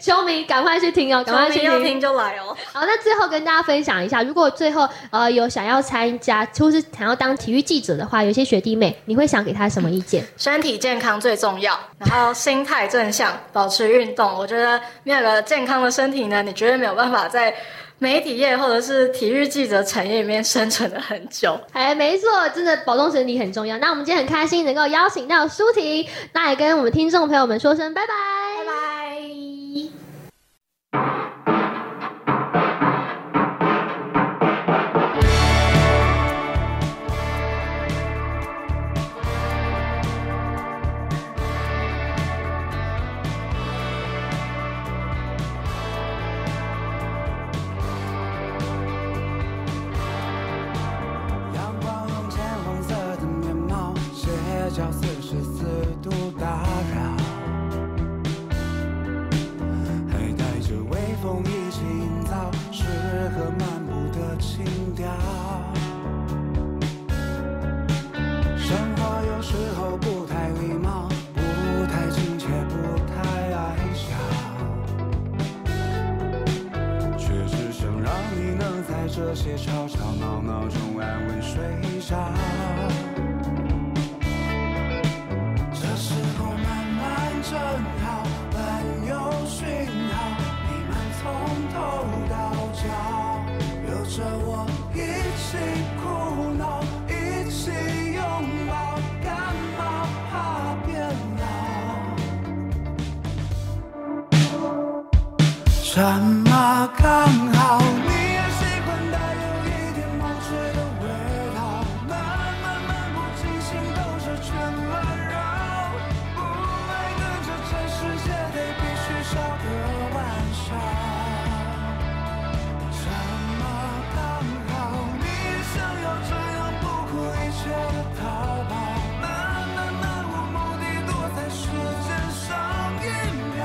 S5: 球迷赶快去听哦，赶快去
S6: 要听就来哦。
S5: 好，那最后跟大家分享一下，如果最后呃有想要参加，或是想要当体育记者的话，有些学弟妹，你会想给他什么意见？
S6: 身体健康最重要，然后心态正向， 保持运动。我觉得没有个健康的身体呢，你绝对没有办法在媒体业或者是体育记者产业里面生存的很久。
S5: 哎，没错，真的保重身体很重要。那我们今天很开心能够邀请到舒婷，那也跟我们听众朋友们说声拜拜，拜拜。
S7: 阳光用浅黄色的面貌，是黑角四十四度打扰，还带着微风一起营造适合漫步的情调。生活有时候不太礼貌，不太亲切，不太爱笑。却只想让你能在这些吵吵闹闹中安稳睡着。这时候慢慢正好，伴有讯号，你们从头到脚，有着我一起哭闹，一起拥抱，感冒怕变老。什么刚好？你也喜欢带有一点毛血的味道，慢慢漫不经心兜着圈乱绕，不爱跟着这世界得必须笑个玩笑。什么刚好？你也想要这样不顾一切的逃跑，慢慢漫无目的躲在时间上一秒。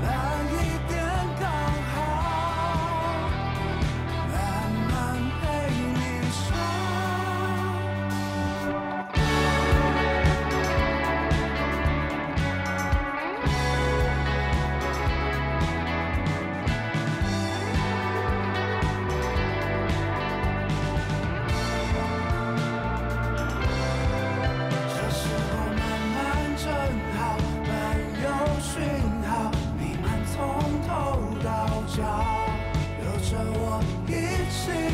S7: 那一点刚好，慢慢陪你笑。这时候慢慢正好，伴有讯号，弥漫从头到脚，有着我一起